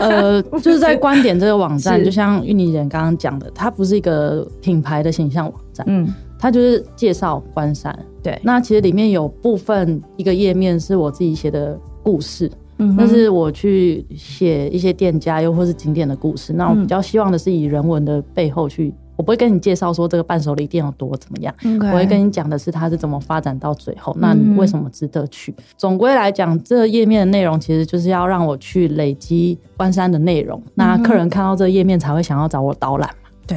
Speaker 4: 呃，就是在观点这个网 站，
Speaker 3: 是
Speaker 4: 就像玉妮人刚刚讲的，它不是一个品牌的形象网站，
Speaker 3: 嗯，
Speaker 4: 它就是介绍关山。
Speaker 3: 对，
Speaker 4: 那其实里面有部分一个页面是我自己写的故事，
Speaker 3: 嗯
Speaker 4: 那是我去写一些店家又或是景点的故事。那我比较希望的是以人文的背后去，我不会跟你介绍说这个伴手礼店有多怎么样。
Speaker 3: 我
Speaker 4: 我会跟你讲的是它是怎么发展到最后，那你为什么值得去？总归来讲，这页面的内容其实就是要让我去累积关山的内容，那客人看到这页面才会想要找我导览嘛。
Speaker 3: 我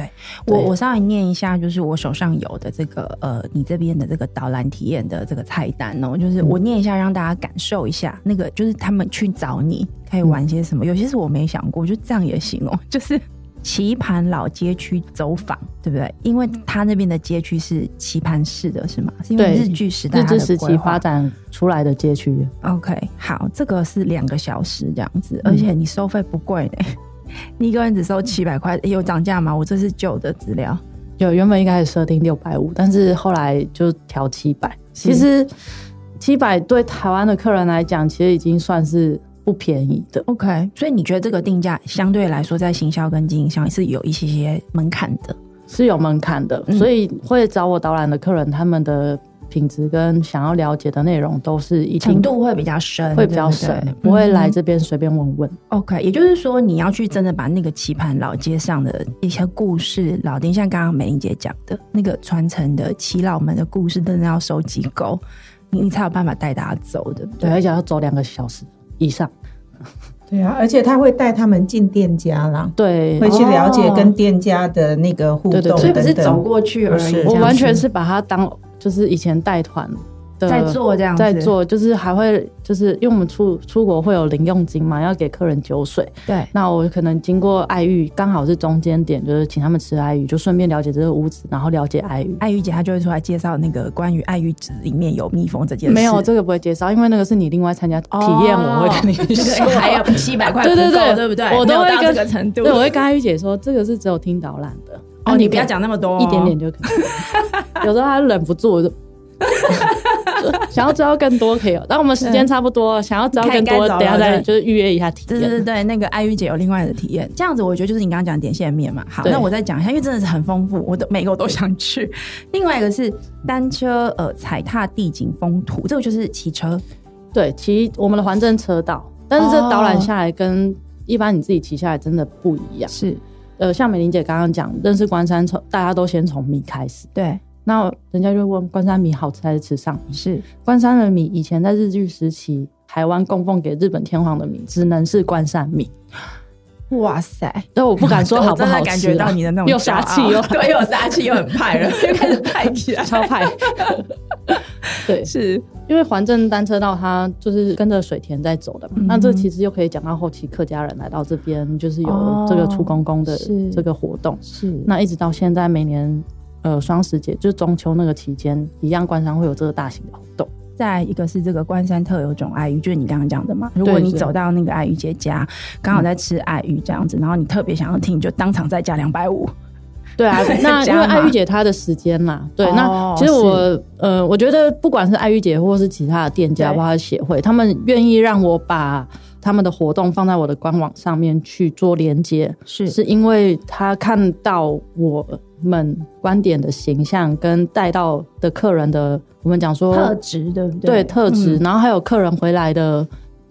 Speaker 4: 对
Speaker 3: 我稍微念一下，就是我手上有的这个呃，你这边的这个导览体验的这个菜单哦，
Speaker 4: 嗯
Speaker 3: 就是我念一下，让大家感受一下那个，就是他们去找你可以
Speaker 4: 嗯
Speaker 3: 玩些什么，有些是我没想过，就这样也行哦，就是。棋盘老街区走访，对不对？因为他那边的街区是棋盘式的，是吗？是因为
Speaker 4: 对
Speaker 3: 日据时代
Speaker 4: 日
Speaker 3: 它的
Speaker 4: 治时
Speaker 3: 规
Speaker 4: 期
Speaker 3: 划
Speaker 4: 发展出来的街区，
Speaker 3: OK，好，这个是两个小时这样子，而
Speaker 4: 嗯
Speaker 3: 且你收费不贵呢， 你一个人只收七百块，有涨价吗？我这是旧的资料。
Speaker 4: 有原本应该是设定六百五，但是后来就调七百。其
Speaker 3: 嗯
Speaker 4: 实七百对台湾的客人来讲，其实已经算是不便宜的。
Speaker 3: OK，所以你觉得这个定价相对来说，在行销跟经营上是有一些些门槛的。
Speaker 4: 是有门槛的，
Speaker 3: 嗯
Speaker 4: 所以会找我导览的客人，他们的品质跟想要了解的内容都是一定
Speaker 3: 程度会比较深，
Speaker 4: 会比较
Speaker 3: 对对
Speaker 4: 深，
Speaker 3: 对
Speaker 4: 不会来
Speaker 3: 嗯
Speaker 4: 这边随便问问。
Speaker 3: OK，也就是说，你要去真的把那个棋盘老街上的一些故事，老丁像刚刚美玲姐讲的那个传承的耆老们的故事，真的要收集够，你你才有办法带大家走，对不
Speaker 4: 对，
Speaker 3: 对？
Speaker 4: 而且要走两个小时以上。
Speaker 5: 对啊，而且他会带他们进店家啦，
Speaker 4: 对，
Speaker 5: 会去了解
Speaker 3: 哦
Speaker 5: 跟店家的那个互
Speaker 4: 对对
Speaker 5: 动，
Speaker 4: 对所以
Speaker 3: 过去
Speaker 5: 不是
Speaker 4: 我
Speaker 5: 这样
Speaker 4: 完全是把它当就是以前带团的
Speaker 3: 在做这样子
Speaker 4: 在做，就是还会就是因为我们出出国会有零用金嘛，要给客人酒水，
Speaker 3: 对
Speaker 4: 那我可能经过爱玉，刚好是中间点，就是请他们吃爱玉，就顺便了解这个屋子，然后了解爱玉。
Speaker 3: 爱玉姐她就会出来介绍那个关于爱玉籽里面有蜜蜂这件事，
Speaker 4: 没有这个不会介绍，因为那个是你另外参加体验，我会跟
Speaker 3: 哦
Speaker 4: 你说。
Speaker 3: 还有七百块不
Speaker 4: 对
Speaker 3: 够，
Speaker 4: 对对，
Speaker 3: 对不对？
Speaker 4: 我都
Speaker 3: 没
Speaker 4: 会
Speaker 3: 有到
Speaker 4: 跟
Speaker 3: 这个程度。
Speaker 4: 对，我会跟阿玉姐说，这个是只有听导览的啊
Speaker 3: 哦，你不要
Speaker 4: 可以
Speaker 3: 讲那么多哦，
Speaker 4: 一点点就可 以。有时候她忍不住，我就想要知道更多可以有，但我们时间差不多，想要知道更
Speaker 3: 看嗯该
Speaker 4: 多，
Speaker 3: 走了
Speaker 4: 等一下再
Speaker 3: 对
Speaker 4: 就是预约一下体
Speaker 3: 对对对
Speaker 4: 验。
Speaker 3: 对，那个爱玉姐有另外的体验，这样子我觉得就是你刚刚讲点线面嘛。好，
Speaker 4: 对
Speaker 3: 那我再讲一下，因为真的是很丰富，我的每个我都想去。另外一个是单车呃踩踏地景风土，这个就是骑车，
Speaker 4: 对，骑我们的环镇车道，但是这
Speaker 3: 哦
Speaker 4: 导览下来跟一般你自己骑下来真的不一样。
Speaker 3: 是
Speaker 4: 呃，像美玲姐刚刚讲，认识关山从大家都先从米开始，
Speaker 3: 对
Speaker 4: 那人家就会问关山米好吃还是吃上米？
Speaker 3: 是
Speaker 4: 关山的米以前在日据时期，台湾供奉给日本天皇的米，只能是关山米。
Speaker 3: 哇塞，
Speaker 4: 所以我不敢说好不
Speaker 3: 我真
Speaker 4: 好
Speaker 3: 的
Speaker 4: 吃啊，
Speaker 3: 感觉到你的那种
Speaker 4: 又杀气
Speaker 3: 骄
Speaker 4: 又。
Speaker 3: 傲对，又有杀气又很 派了，又开始派起来
Speaker 4: 超派。 对，
Speaker 3: 是
Speaker 4: 因为环镇单车道它就是跟着水田在走的嘛，
Speaker 3: 嗯
Speaker 4: 那这其实又可以讲到后期客家人来到这边，就是
Speaker 3: 哦
Speaker 4: 有这个出公公的
Speaker 3: 是
Speaker 4: 这个活动。
Speaker 3: 是
Speaker 4: 那一直到现在，每年呃双十节就是中秋那个期间，一样关山会有这个大型的活动。
Speaker 3: 再来一个是这个关山特有种爱鱼，就是你刚刚讲的嘛。如果你
Speaker 4: 对
Speaker 3: 走到那个爱鱼姐家，刚好在吃爱鱼这样子，然后你特别想要听，你就当场再加两百五。，
Speaker 4: 对 啊那因
Speaker 3: 加
Speaker 4: 为
Speaker 3: 码
Speaker 4: 爱玉姐她的时间啦，对，
Speaker 3: 哦
Speaker 4: 那其实我
Speaker 3: 是
Speaker 4: 呃，我觉得不管是爱玉姐或是其他的店家，
Speaker 3: 对
Speaker 4: 包括协会，他们愿意让我把他们的活动放在我的官网上面去做连接，
Speaker 3: 是
Speaker 4: 是因为他看到我们观点的形象跟带到的客人的，我们讲说
Speaker 3: 特质，对不
Speaker 4: 对
Speaker 3: 对？
Speaker 4: 特质，
Speaker 3: 嗯
Speaker 4: 然后还有客人回来的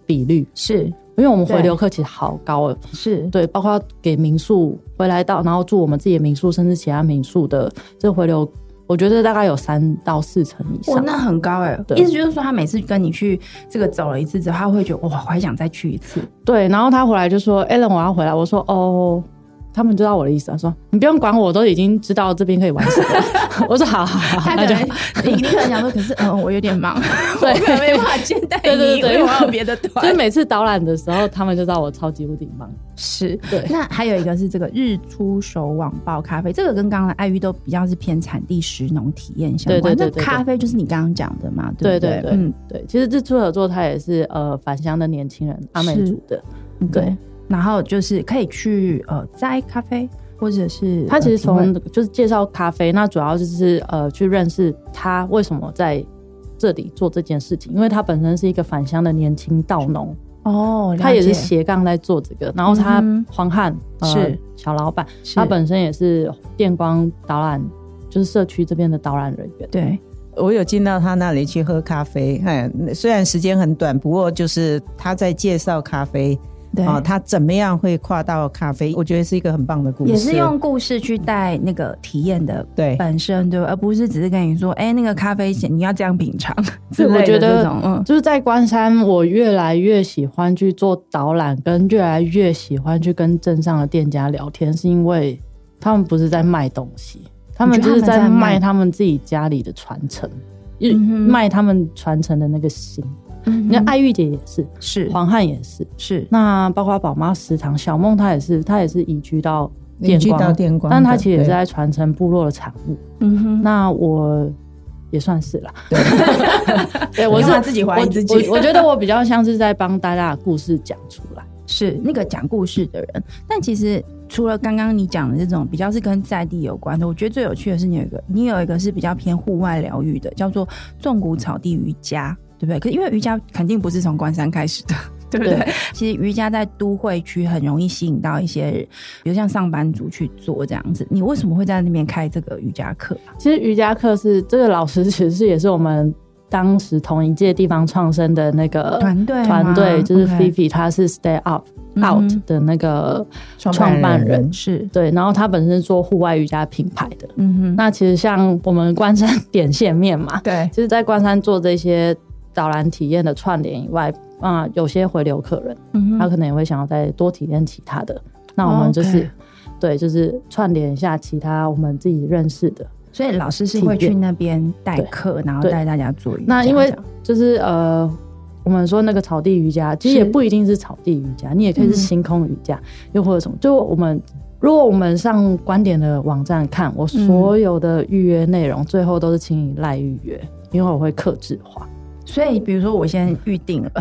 Speaker 4: 比率，
Speaker 3: 是
Speaker 4: 因为我们
Speaker 3: 对
Speaker 4: 回流客其实好高哦，
Speaker 3: 是
Speaker 4: 对，包括给民宿回来到，然后住我们自己的民宿，甚至其他民宿的这回流，我觉得大概有三到四成以
Speaker 3: 哇，
Speaker 4: 上。
Speaker 3: 那很高哎、
Speaker 4: 对
Speaker 3: 意思就是说，他每次跟你去这个走了一次之后，他会觉得哇，我还想再去一次。
Speaker 4: 对，然后他回来就说 a l l n 我要回来。”我说：“哦，他们知道我的意思啊，说你不用管我，我都已经知道这边可以玩什么。 我说好好好，
Speaker 3: 他
Speaker 4: 那
Speaker 3: 可
Speaker 4: 就
Speaker 3: 能 你你可能想说，可是嗯，我有点忙，
Speaker 4: 对
Speaker 3: 我可能没办法接待你，
Speaker 4: 对对对
Speaker 3: 因为我还有别的
Speaker 4: 所以
Speaker 3: 团。
Speaker 4: 每次导览的时候，他们就知道我超级无敌忙。
Speaker 3: 是，
Speaker 4: 对
Speaker 3: 那还有一个是这个日出手网爆咖啡，这个跟刚刚的爱玉都比较是偏产地食农体验相关。
Speaker 4: 对对对对
Speaker 3: 那
Speaker 4: 对
Speaker 3: 咖啡就是你刚刚讲的嘛，
Speaker 4: 对
Speaker 3: 不对嗯
Speaker 4: 对对、对，其实日出合作它也是呃返乡的年轻人阿美
Speaker 3: 是
Speaker 4: 族的，
Speaker 3: 嗯，
Speaker 4: 对。
Speaker 3: 然后就是可以去呃摘咖啡，或者是
Speaker 4: 他其实
Speaker 3: 呃品
Speaker 4: 从
Speaker 3: 味
Speaker 4: 就是介绍咖啡，那主要就是呃去认识他为什么在这里做这件事情，因为他本身是一个返乡的年轻稻农，
Speaker 3: 哦，
Speaker 4: 他也是
Speaker 3: 了解
Speaker 4: 斜杠在做这个，然后他
Speaker 3: 嗯
Speaker 4: 黄汉、呃
Speaker 3: 是
Speaker 4: 小老板，
Speaker 3: 是
Speaker 4: 他本身也是电光导览，就是社区这边的导览人员。
Speaker 3: 对
Speaker 5: 我有进到他那里去喝咖啡，哎，虽然时间很短，不过就是他在介绍咖啡
Speaker 3: 对
Speaker 4: 哦
Speaker 5: 啊、他怎么样会跨到咖啡，我觉得是一个很棒的故事。
Speaker 3: 也是用故事去带那个体验的
Speaker 5: 对
Speaker 3: 本身，对吧，而不是只是跟你说，哎、那个咖啡你要这样品尝之
Speaker 4: 对
Speaker 3: 类
Speaker 4: 我
Speaker 3: 的
Speaker 4: 觉
Speaker 3: 这
Speaker 4: 得
Speaker 3: 种，嗯，
Speaker 4: 就是在关山，我越来越喜欢去做导览，跟越来越喜欢去跟镇上的店家聊天，是因为他们不是在卖东西，他们就是在卖他们自己家里的传承，就是
Speaker 3: 嗯哼
Speaker 4: 卖他们传承的那个心。
Speaker 3: 嗯
Speaker 4: 你看爱玉姐也是，
Speaker 3: 是
Speaker 4: 黄汉也是，
Speaker 3: 是
Speaker 4: 那包括宝妈食堂小梦她也是，她也是移居到电
Speaker 5: 移居
Speaker 4: 光，
Speaker 5: 到电光的
Speaker 4: 但她其实也是
Speaker 5: 对
Speaker 4: 在传承部落的产物。
Speaker 3: 嗯哼，
Speaker 4: 那我也算是啦。 对，我
Speaker 3: 你干嘛
Speaker 4: 是
Speaker 3: 自己怀疑
Speaker 4: 我
Speaker 3: 自己
Speaker 4: 我我觉得我比较像是在帮大家的故事讲出来。
Speaker 3: 是那个讲故事的人。但其实除了刚刚你讲的这种比较是跟在地有关的，我觉得最有趣的是你有一个，你有一个是比较偏户外疗愈的，叫做纵谷草地瑜伽，对不对？可因为瑜伽肯定不是从关山开始 的。对不对？
Speaker 4: 对
Speaker 3: 其实瑜伽在都会区很容易吸引到一些，比如像上班族去做这样子。你为什么会在那边开这个瑜伽课？啊
Speaker 4: 其实瑜伽课是这个老师，其实是也是我们当时同一届地方创生的那个
Speaker 3: 团队吗
Speaker 4: 团队，就是
Speaker 3: OK
Speaker 4: Fifi，他是 Stay Up
Speaker 3: 嗯哼
Speaker 4: Out 的那个
Speaker 5: 创
Speaker 4: 创
Speaker 5: 办
Speaker 4: 办
Speaker 5: 人
Speaker 4: 人。
Speaker 3: 是，
Speaker 4: 对，然后他本身是做户外瑜伽品牌的。
Speaker 3: 嗯哼，
Speaker 4: 那其实像我们关山点线面嘛，
Speaker 5: 对
Speaker 4: 就是在关山做这些导览体验的串联以外，啊、有些回流客人，
Speaker 3: 嗯
Speaker 4: 他
Speaker 3: 哼，
Speaker 4: 可能也会想要再多体验其他的。那
Speaker 5: 哦
Speaker 4: 我们就是、
Speaker 3: OK
Speaker 4: 对，就是串联一下其他我们自己认识的。
Speaker 5: 嗯
Speaker 3: 所以老师是会
Speaker 4: 体
Speaker 3: 去
Speaker 4: 验
Speaker 3: 那边代
Speaker 4: 对
Speaker 3: 课，然后
Speaker 4: 对
Speaker 3: 带大家做瑜伽这样。
Speaker 4: 那因为就是呃，我们说那个草地瑜伽，其实也
Speaker 3: 是
Speaker 4: 不一定是草地瑜伽，你也
Speaker 5: 嗯
Speaker 4: 可以是星空瑜伽，又或者什么。就我们如果我们上观点的网站看，我所有的预约内容最后都是请你赖预约，因为我会克制化。
Speaker 3: 所以，比如说我先预定了，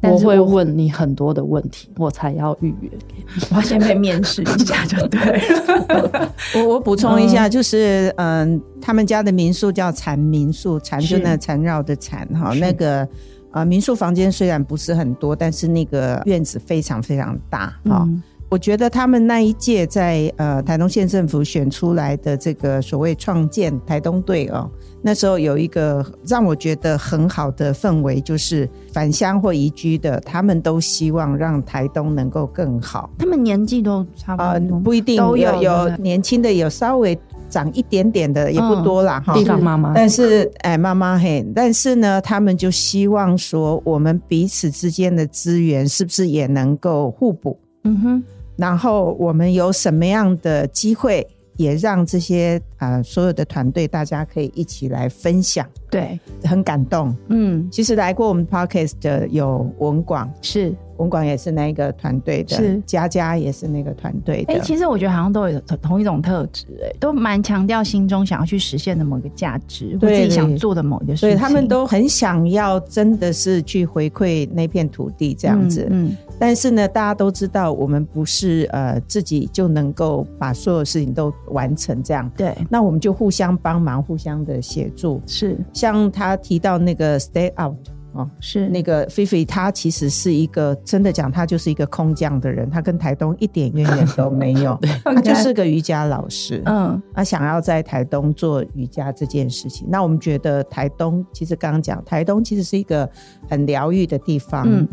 Speaker 3: 但
Speaker 4: 我
Speaker 3: 是
Speaker 4: 会
Speaker 3: 我
Speaker 4: 问你很多的问题，我才要预约给你。
Speaker 3: 我要先被面试一下就对 了。
Speaker 5: 我我补充一下，就是嗯，他们家的民宿叫缠民宿，缠
Speaker 3: 是
Speaker 5: 就那缠绕的缠哈，
Speaker 3: 是
Speaker 5: 那个啊、呃民宿房间虽然不是很多，但是那个院子非常非常大哈、
Speaker 3: 嗯
Speaker 5: 我觉得他们那一届在呃台东县政府选出来的这个所谓创建台东队哦，那时候有一个让我觉得很好的氛围，就是返乡或移居的，他们都希望让台东能够更好。
Speaker 3: 他们年纪都差不
Speaker 5: 啊、
Speaker 3: 多，
Speaker 5: 不一定
Speaker 3: 嗯都有
Speaker 5: 有有
Speaker 3: 对不
Speaker 5: 年轻的，有稍微长一点点的，也不多
Speaker 3: 嗯
Speaker 5: 啦哈。
Speaker 4: 地方妈妈，
Speaker 5: 但是哎，妈妈嘿，但是呢，他们就希望说，我们彼此之间的资源是不是也能够互补？
Speaker 3: 嗯哼，
Speaker 5: 然后我们有什么样的机会，也让这些呃所有的团队大家可以一起来分享，
Speaker 3: 对，
Speaker 5: 很感动。
Speaker 3: 嗯，
Speaker 5: 其实来过我们 podcast 的有文广，
Speaker 3: 是。
Speaker 5: 文广也是那一个团队的
Speaker 3: 是，
Speaker 5: 佳佳也是那个团队的。
Speaker 3: 哎、其实我觉得好像都有同同一种特质，哎，都蛮强调心中想要去实现的某个价值，或自
Speaker 5: 对
Speaker 3: 己想
Speaker 5: 对
Speaker 3: 做的某一个事情。
Speaker 5: 所以他们都很想要，真的是去回馈那片土地这
Speaker 3: 这
Speaker 5: 样子。
Speaker 3: 嗯，嗯
Speaker 5: 但是呢，大家都知道，我们不是呃自己就能够把所有事情都完成这样。
Speaker 3: 对，
Speaker 5: 那我们就互相帮忙，互相的协助。
Speaker 3: 是
Speaker 5: 像他提到那个 stay out 哦，
Speaker 3: 是
Speaker 5: 那个菲菲，她其实是一个真的讲，她就是一个空降的人，她跟台东一点渊源都没 有，她就是个瑜伽老师。
Speaker 3: 嗯，
Speaker 5: 他想要在台东做瑜伽这件事情。那我们觉得台东其实刚刚讲，台东其实是一个很疗愈的地方。
Speaker 3: 嗯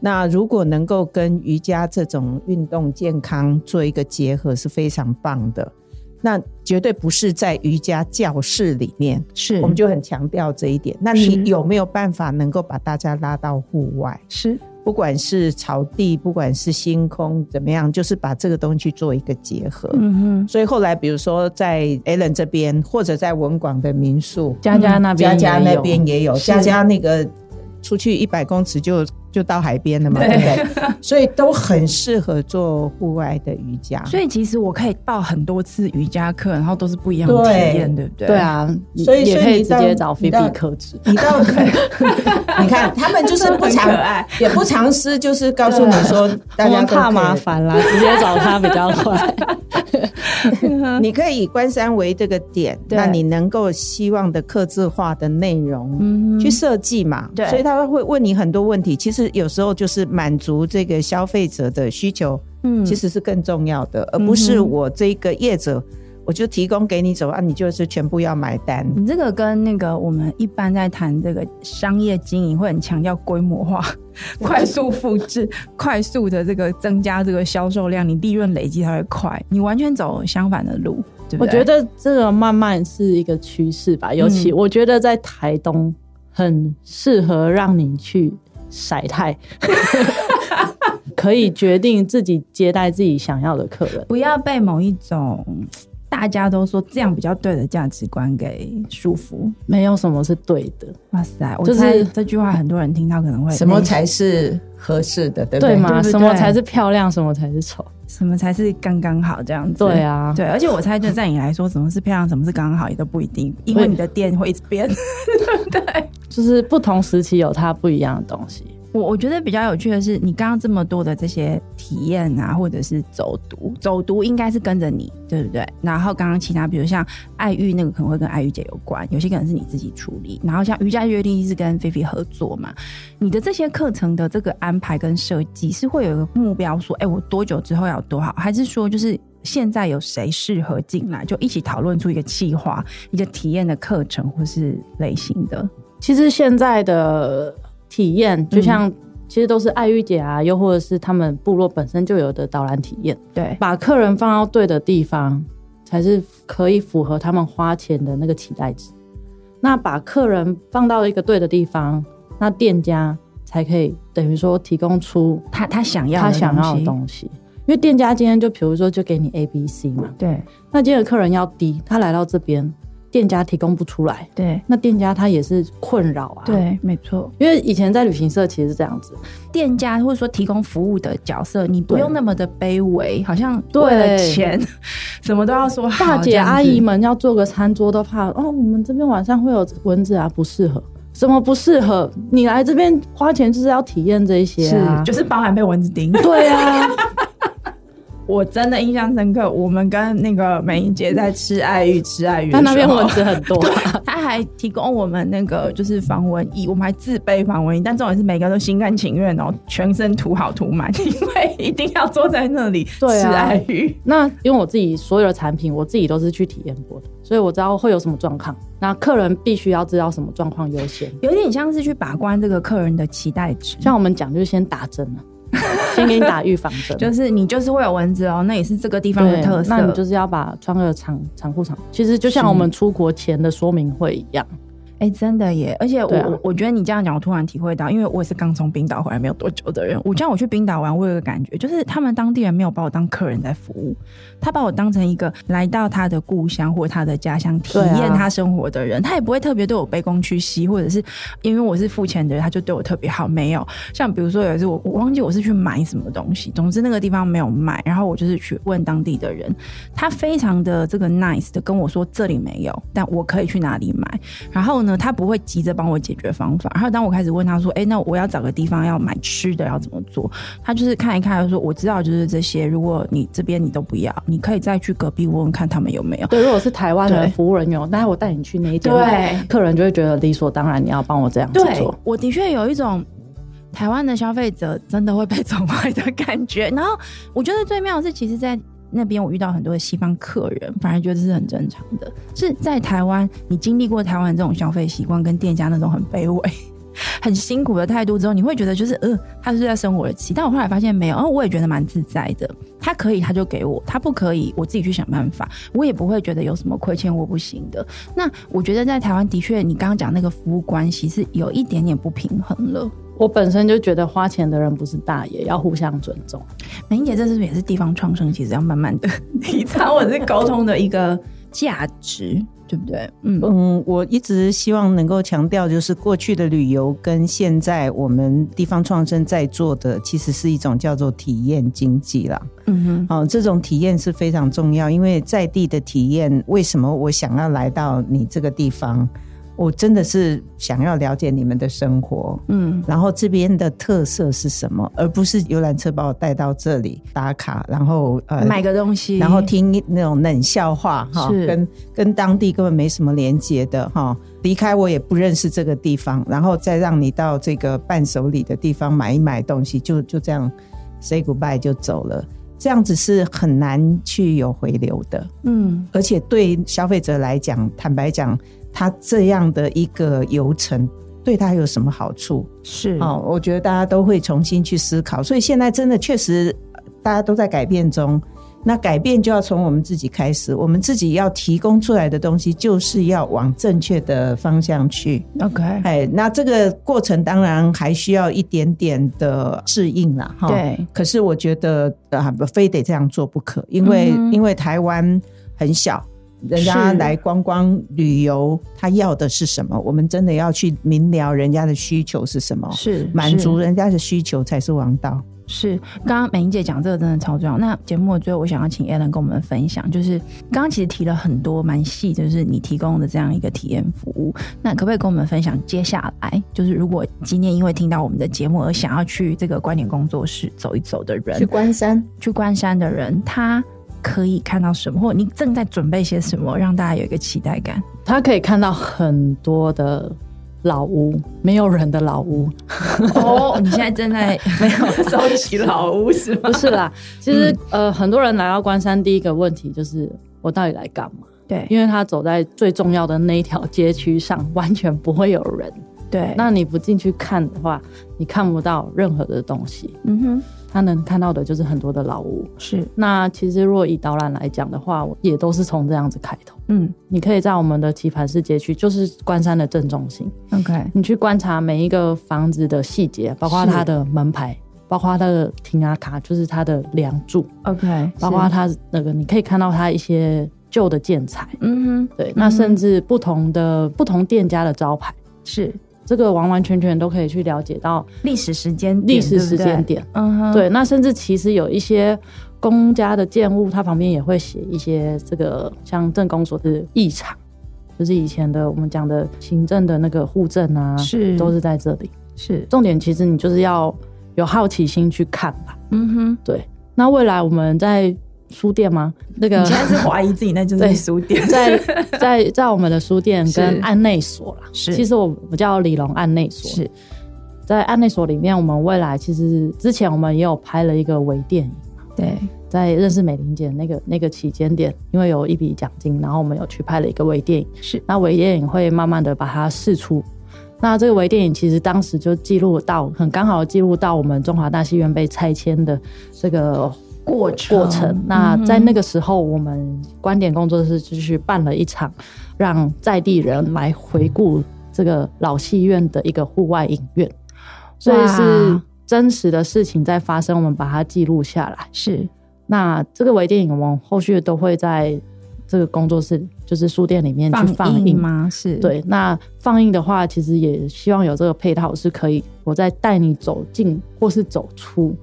Speaker 5: 那如果能够跟瑜伽这种运动健康做一个结合，是非常棒的。那绝对不是在瑜伽教室里面，
Speaker 3: 是，
Speaker 5: 我们就很强调这一点。那
Speaker 3: 是
Speaker 5: 你有没有办法能够把大家拉到户外？
Speaker 3: 是
Speaker 5: 不管是草地，不管是星空，怎么样，就是把这个东西去做一个结合。
Speaker 3: 嗯
Speaker 5: 所以后来，比如说在 Allen 这边，或者在文广的民宿，
Speaker 4: 佳佳那边
Speaker 5: 佳
Speaker 4: 也
Speaker 5: 佳那
Speaker 4: 有
Speaker 5: 边也有，
Speaker 4: 是
Speaker 5: 佳佳那个出去一百公尺就就到海边了嘛，对不对？所以都很适合做户外的瑜伽。
Speaker 3: 哼，所以其实我可以报很多次瑜伽课，然后都是不一样的体验，对不对？
Speaker 4: 对，啊，
Speaker 5: 所以
Speaker 4: 也
Speaker 5: 所以
Speaker 4: 可以
Speaker 5: 你
Speaker 4: 直
Speaker 5: 到
Speaker 4: 接找
Speaker 5: 你
Speaker 4: 菲比
Speaker 5: 到
Speaker 4: 克制。
Speaker 5: 你到， 你看他们就是不
Speaker 3: 很可
Speaker 5: 藏
Speaker 3: 爱，
Speaker 5: 也不藏私，就是告诉你说，大家
Speaker 4: 我们
Speaker 5: 都可
Speaker 4: 怕
Speaker 5: 以
Speaker 4: 麻。烦啦，直接找他比较快。
Speaker 5: 你可以以关山为这个点，
Speaker 3: 对
Speaker 5: 那你能够希望的刻字化的内容。
Speaker 3: 嗯
Speaker 5: 去
Speaker 3: 哼，
Speaker 5: 设计嘛，
Speaker 3: 对
Speaker 5: 所以他会问你很多问题。其实有时候就是满足这个消费者的需求，
Speaker 3: 嗯
Speaker 5: 其实是更重要的，
Speaker 4: 嗯
Speaker 5: 而不是我这个业者，我就提供给你走啊，你就是全部要买单。
Speaker 3: 你这个跟那个我们一般在谈这个商业经营会很强调规模 化、快速复制、快速的这个增加这个销售量，你利润累积才会快。你完全走相反的路，对不
Speaker 4: 我
Speaker 3: 对？
Speaker 4: 觉得这个慢慢是一个趋势吧，尤其我觉得在台东很适合让你去晒 太，可以决定自己接待自己想要的客人。
Speaker 3: 不要被某一种大家都说这样比较对的价值观给束缚。
Speaker 4: 没有什么是对的，
Speaker 3: 哇塞，我
Speaker 4: 就是
Speaker 3: 猜这句话很多人听到可能会哎
Speaker 5: 什么才是合适的，对不
Speaker 4: 对
Speaker 5: 对？
Speaker 4: 吗？
Speaker 3: 对不对
Speaker 4: 什么才是漂亮，什么才是丑？
Speaker 3: 什么才是刚刚好这样子？
Speaker 4: 对。啊，
Speaker 3: 对，而且我猜，就在你来说，什么是漂亮，什么是刚刚好，也都不一定，因为你的店会一直变。
Speaker 4: 就是不同时期有它不一样的东西。
Speaker 3: 我我觉得比较有趣的是，你刚刚这么多的这些体验啊，或者是走读，走读应该是跟着你，对不对？然后刚刚其他，比如像爱玉那个，可能会跟爱玉姐有关，有些可能是你自己处理。然后像瑜伽约定是跟菲菲合作嘛，你的这些课程的这个安排跟设计是会有一个目标，说，哎，我多久之后要有多好，还是说就是？现在有谁适合进来，就一起讨论出一个计划、一个体验的课程或是类型的。
Speaker 4: 其实现在的体验，就像其实都是爱玉姐啊，又或者是他们部落本身就有的导览体验。
Speaker 3: 对，
Speaker 4: 把客人放到对的地方，才是可以符合他们花钱的那个期待值。那把客人放到一个对的地方，那店家才可以等于说提供出
Speaker 3: 他他想要
Speaker 4: 他
Speaker 3: 的
Speaker 4: 想
Speaker 3: 东
Speaker 4: 要的
Speaker 3: 西
Speaker 4: 东西。因为店家今天就比如说就给你 A、B、C 嘛，
Speaker 3: 对
Speaker 4: 那今天的客人要 D，他来到这边，店家提供不出来，
Speaker 3: 对
Speaker 4: 那店家他也是困扰啊。，
Speaker 3: 对，没错。
Speaker 4: 因为以前在旅行社其实是这样子，
Speaker 3: 店家或者说提供服务的角色，你不
Speaker 4: 对
Speaker 3: 用那么的卑微，好像
Speaker 4: 对
Speaker 3: 为了钱 什么都要说好
Speaker 4: 大姐
Speaker 3: 这样子
Speaker 4: 阿姨们要做个餐桌都怕哦，我们这边晚上会有蚊子啊，不适合。什么不适合？你来这边花钱就是要体验这些啊
Speaker 3: 是，就是包含被蚊子 叮。
Speaker 4: 对啊，
Speaker 3: 我真的印象深刻，我们跟那个美英姐在吃爱玉吃爱玉，
Speaker 4: 但那边 蚊子很多。
Speaker 3: 他还提供我们那个就是防蚊衣，我们还自备防蚊衣，但重点是每个人都心甘情愿哦，全身涂好涂满，因为一定要坐在那里吃
Speaker 4: 对啊
Speaker 3: 爱玉。
Speaker 4: 那因为我自己所有的产品，我自己都是去体验过的，所以我知道会有什么状况。那客人必须要知道什么状况优先。
Speaker 3: 有点像是去把关这个客人的期待值，
Speaker 4: 像我们讲，就是先打针 啊，先给你打预防针。
Speaker 3: 就是你就是会有蚊子哦，那也是这个地方的
Speaker 4: 对
Speaker 3: 特，色。
Speaker 4: 那你就是要把穿个长长裤长，其实就像我们出国前的说明会一样。
Speaker 3: 哎、真的耶！而且我、
Speaker 4: 对啊
Speaker 3: 我我觉得你这样讲，我突然体会到，因为我也是刚从冰岛回来没有多久的人，我像我去冰岛玩，我有一个感觉，就是他们当地人没有把我当客人在服务，他把我当成一个来到他的故乡或他的家乡体
Speaker 4: 对啊
Speaker 3: 验他生活的人，他也不会特别对我卑躬屈膝，或者是因为我是付钱的人，他就对我特别好。没有，像比如说有一次我我忘记我是去买什么东西，总之那个地方没有卖，然后我就是去问当地的人，他非常的这个 nice 的跟我说这里没有，但我可以去哪里买。然后呢，他不会急着帮我解决方法。然后当我开始问他说：“哎，那我要找个地方要买吃的，要怎么做？”他就是看一看，就说：“我知道就是这些，如果你这边你都不要，你可以再去隔壁问问看他们有没有。”
Speaker 4: 对，如果是台湾的
Speaker 3: 对
Speaker 4: 服务人员，但是我带你去那一间，
Speaker 3: 对
Speaker 4: 客人就会觉得理所当然，你要帮我这样子做。
Speaker 3: 我的确有一种台湾的消费者真的会被宠坏的感觉。 然后我觉得最妙的是，其实，在那边我遇到很多的西方客人，反而觉得这是很正常的。是在台湾，你经历过台湾这种消费习惯跟店家那种很卑微。 很辛苦的态度之后，你会觉得就是呃，他是在生我的气。但我后来发现没有，然后我也觉得蛮自在的。他可以他就给我，他不可以我自己去想办法，我也不会觉得有什么亏欠我不行的。那我觉得在台湾的确，你刚刚讲那个服务关系是有一点点不平衡了。
Speaker 4: 我本身就觉得花钱的人不是大爷，要互相尊重。
Speaker 3: 美英姐，这是不是也是地方创生？其实要慢慢的 提倡或者是沟通的一个价值，对不对？嗯，
Speaker 5: 嗯，我一直希望能够强调，就是过去的旅游跟现在我们地方创生在做的，其实是一种叫做体验经济啦。
Speaker 3: 嗯哼，
Speaker 5: 哦，这种体验是非常重要，因为在地的体验，为什么我想要来到你这个地方？我真的是想要了解你们的生活，
Speaker 3: 嗯，
Speaker 5: 然后这边的特色是什么，而不是游览车把我带到这里打卡，然后呃
Speaker 3: 买个东西，
Speaker 5: 然后听那种冷笑话哈，
Speaker 3: 嗯是
Speaker 5: 跟跟当地根本没什么连接的哈。离开我也不认识这个地方，然后再让你到这个伴手礼的地方买一买东西，就就这样 say goodbye 就走了，这样子是很难去有回流的。
Speaker 3: 嗯。
Speaker 5: 而且对消费者来讲，坦白讲，他这样的一个游程对他有什么好处？
Speaker 3: 是
Speaker 5: 哦，我觉得大家都会重新去思考，所以现在真的确实呃大家都在改变中。那改变就要从我们自己开始，我们自己要提供出来的东西，就是要往正确的方向去。
Speaker 3: ，OK，
Speaker 5: 哎，那这个过程当然还需要一点点的适应啦，哈。
Speaker 3: 对，
Speaker 5: 可是我觉得啊，不非得这样做不可，因为、
Speaker 3: 嗯哼
Speaker 5: 因为台湾很小，人家
Speaker 3: 是
Speaker 5: 来观光旅游，他要的是什么？我们真的要去明了人家的需求是什么，
Speaker 3: 是
Speaker 5: 满
Speaker 3: 是
Speaker 5: 足人家的需求才是王道。
Speaker 3: 是，刚刚美英姐讲这个真的超重要。那节目的最后，我想要请 Alan 跟我们分享，就是刚刚其实提了很多蛮细，就是你提供的这样一个体验服务。那可不可以跟我们分享接下来，就是如果今天因为听到我们的节目而想要去这个观点工作室走一走的人，
Speaker 5: 关山，
Speaker 3: 去关山的人，他可以看到什么，或者你正在准备些什么，让大家有一个期待感？
Speaker 4: 他可以看到很多的老屋，没有人的 老屋，
Speaker 3: 哦，你现在正在没有收集老屋是吗
Speaker 4: 不？是啦。其实、呃，很多人来到关山，第一个问题就是我到底来干嘛？
Speaker 3: 对
Speaker 4: 因为他走在最重要的那一条街区上，完全不会有人。
Speaker 3: 对，
Speaker 4: 那你不进去看的话，你看不到任何的东西。
Speaker 3: 嗯哼，
Speaker 4: 他能看到的就是很多的老屋。
Speaker 3: 是
Speaker 4: 那其实如果以导览来讲的话，我也都是从这样子开头。
Speaker 3: 嗯
Speaker 4: 你可以在我们的棋盘式街区，就是关山的正中心，
Speaker 3: ，OK，
Speaker 4: 你去观察每一个房子的细节，包括
Speaker 3: 是
Speaker 4: 它的门牌，包括它的停啊卡，就是它的梁柱，
Speaker 3: OK，
Speaker 4: 包括它那个，你可以看到它一些旧的建材。
Speaker 3: 嗯哼，
Speaker 4: 对，那甚至不同的、不同店家的招牌，
Speaker 3: 是
Speaker 4: 这个完完全全都可以去了解到
Speaker 3: 历史时间
Speaker 4: 历史时间
Speaker 3: 点，对
Speaker 4: 点。
Speaker 3: 不对嗯哼，
Speaker 4: 对，那甚至其实有一些公家的建物，它旁边也会写一些这个像镇公所的异常，就是以前的我们讲的行政的那个户政啊，
Speaker 3: 是
Speaker 4: 都是在这里。
Speaker 3: 是，
Speaker 4: 重点其实你就是要有好奇心去看吧。
Speaker 3: 嗯哼，
Speaker 4: 对，那未来我们在书店吗？那个
Speaker 3: 是怀疑自己那就
Speaker 4: 对
Speaker 3: 书店
Speaker 4: 在在在我们的书店
Speaker 3: 是
Speaker 4: 跟案内所啦，
Speaker 3: 是
Speaker 4: 其实我我叫李龙案内所，
Speaker 3: 是
Speaker 4: 在案内所里面，我们未来其实之前我们也有拍了一个微电影。
Speaker 3: 对，
Speaker 4: 在认识美玲姐那个那个期间点，因为有一笔奖金，然后我们有去拍了一个微电影。
Speaker 3: 是
Speaker 4: 那微电影会慢慢的把它释出。那这个微电影其实当时就记录到，很刚好记录到我们中华大戏院被拆迁的这个
Speaker 3: 过程嗯
Speaker 4: 过程。那在那个时候，我们观点工作室就去办了一场让在地人来回顾这个老戏院的一个户外影院，所以是
Speaker 3: 哇
Speaker 4: 真实的事情在发生，我们把它记录下来。
Speaker 3: 是
Speaker 4: 那这个微电影我们后续都会在这个工作室，就是书店里面去放
Speaker 3: 放映吗？是，
Speaker 4: 对，那放映的话，其实也希望有这个配套是可以，我再带你走进或是走出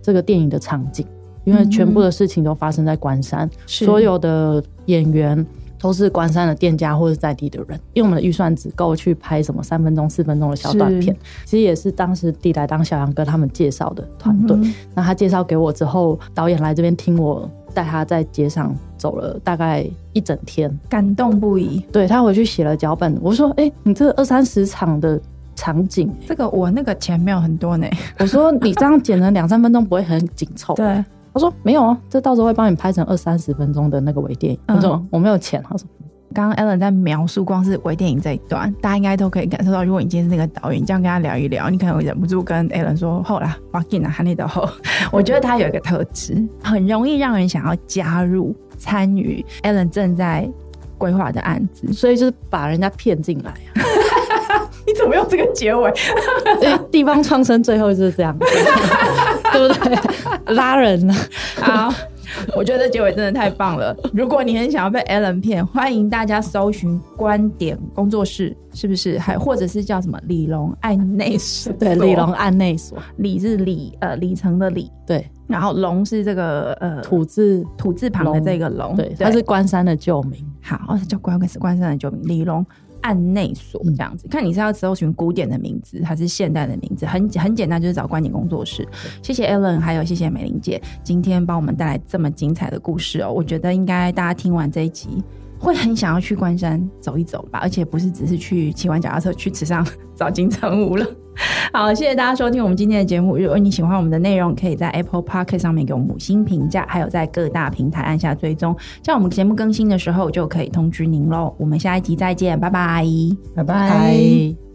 Speaker 4: 这个电影的场景，因为全部的事情都发生在关山，
Speaker 3: 嗯是
Speaker 4: 所有的演员。都是关山的店家或者在地的人，因为我们的预算只够去拍什么三分钟、四分钟的小短片
Speaker 3: 是，
Speaker 4: 其实也是当时地来当小杨哥他们介绍的团
Speaker 3: 嗯
Speaker 4: 队。那他介绍给我之后，导演来这边听我带他在街上走了大概一整天，
Speaker 3: 感动不已。
Speaker 4: 对他回去写了脚本，我说：“哎、你这二三十场的场景，
Speaker 3: 这个我那个钱没有很多呢，
Speaker 4: 我说你这样剪成两三分钟不会很紧凑？”
Speaker 3: 对，
Speaker 4: 他说：“没有啊，这到时候会帮你拍成二三十分钟的那个微电影。
Speaker 3: 嗯
Speaker 4: 我说：“我没有钱。”他说：“
Speaker 3: 刚刚 Ellen 在描述光是微电影这一段，大家应该都可以感受到，如果你今天是那个导演，这样跟他聊一聊，你可能会忍不住跟 Ellen 说：“后啦，我给你喊你的 后。”我觉得他有一个特质，很容易让人想要加入参与 Ellen 正在规划的案子。
Speaker 4: 所以就是把人家骗进来啊。
Speaker 3: 你怎么用这个结尾？
Speaker 4: 因为地方创生最后就是这样，对不 对？拉人啊，
Speaker 3: 好，我觉得结尾真的太棒了。如果你很想要被 Alan 骗，欢迎大家搜寻观点工作室，是不是？还或者是叫什么李龙爱内所？
Speaker 4: 对，李龙，案内所，
Speaker 3: 李是李呃里程的李，
Speaker 4: 对，
Speaker 3: 然后龙是这个呃
Speaker 4: 土字，
Speaker 3: 土字旁的这个龙，
Speaker 4: 对，它是关山的旧名。
Speaker 3: 好叫关关山的救命李龙。案内所这样子，看你是要搜寻古典的名字还是现代的名字，很很简单，就是找观点工作室。谢谢 Ellen，还有谢谢美玲姐，今天帮我们带来这么精彩的故事哦。我觉得应该大家听完这一集，会很想要去关山走一走吧，而且不是只是去骑完脚踏车去池上 找金城武了。好，谢谢大家收听我们今天的节目。如果你喜欢我们的内容，可以在 Apple Park 上面给我们五星评价，还有在各大平台按下追踪，这样我们节目更新的时候就可以通知您喽。我们下一集再见，拜拜。
Speaker 5: 拜拜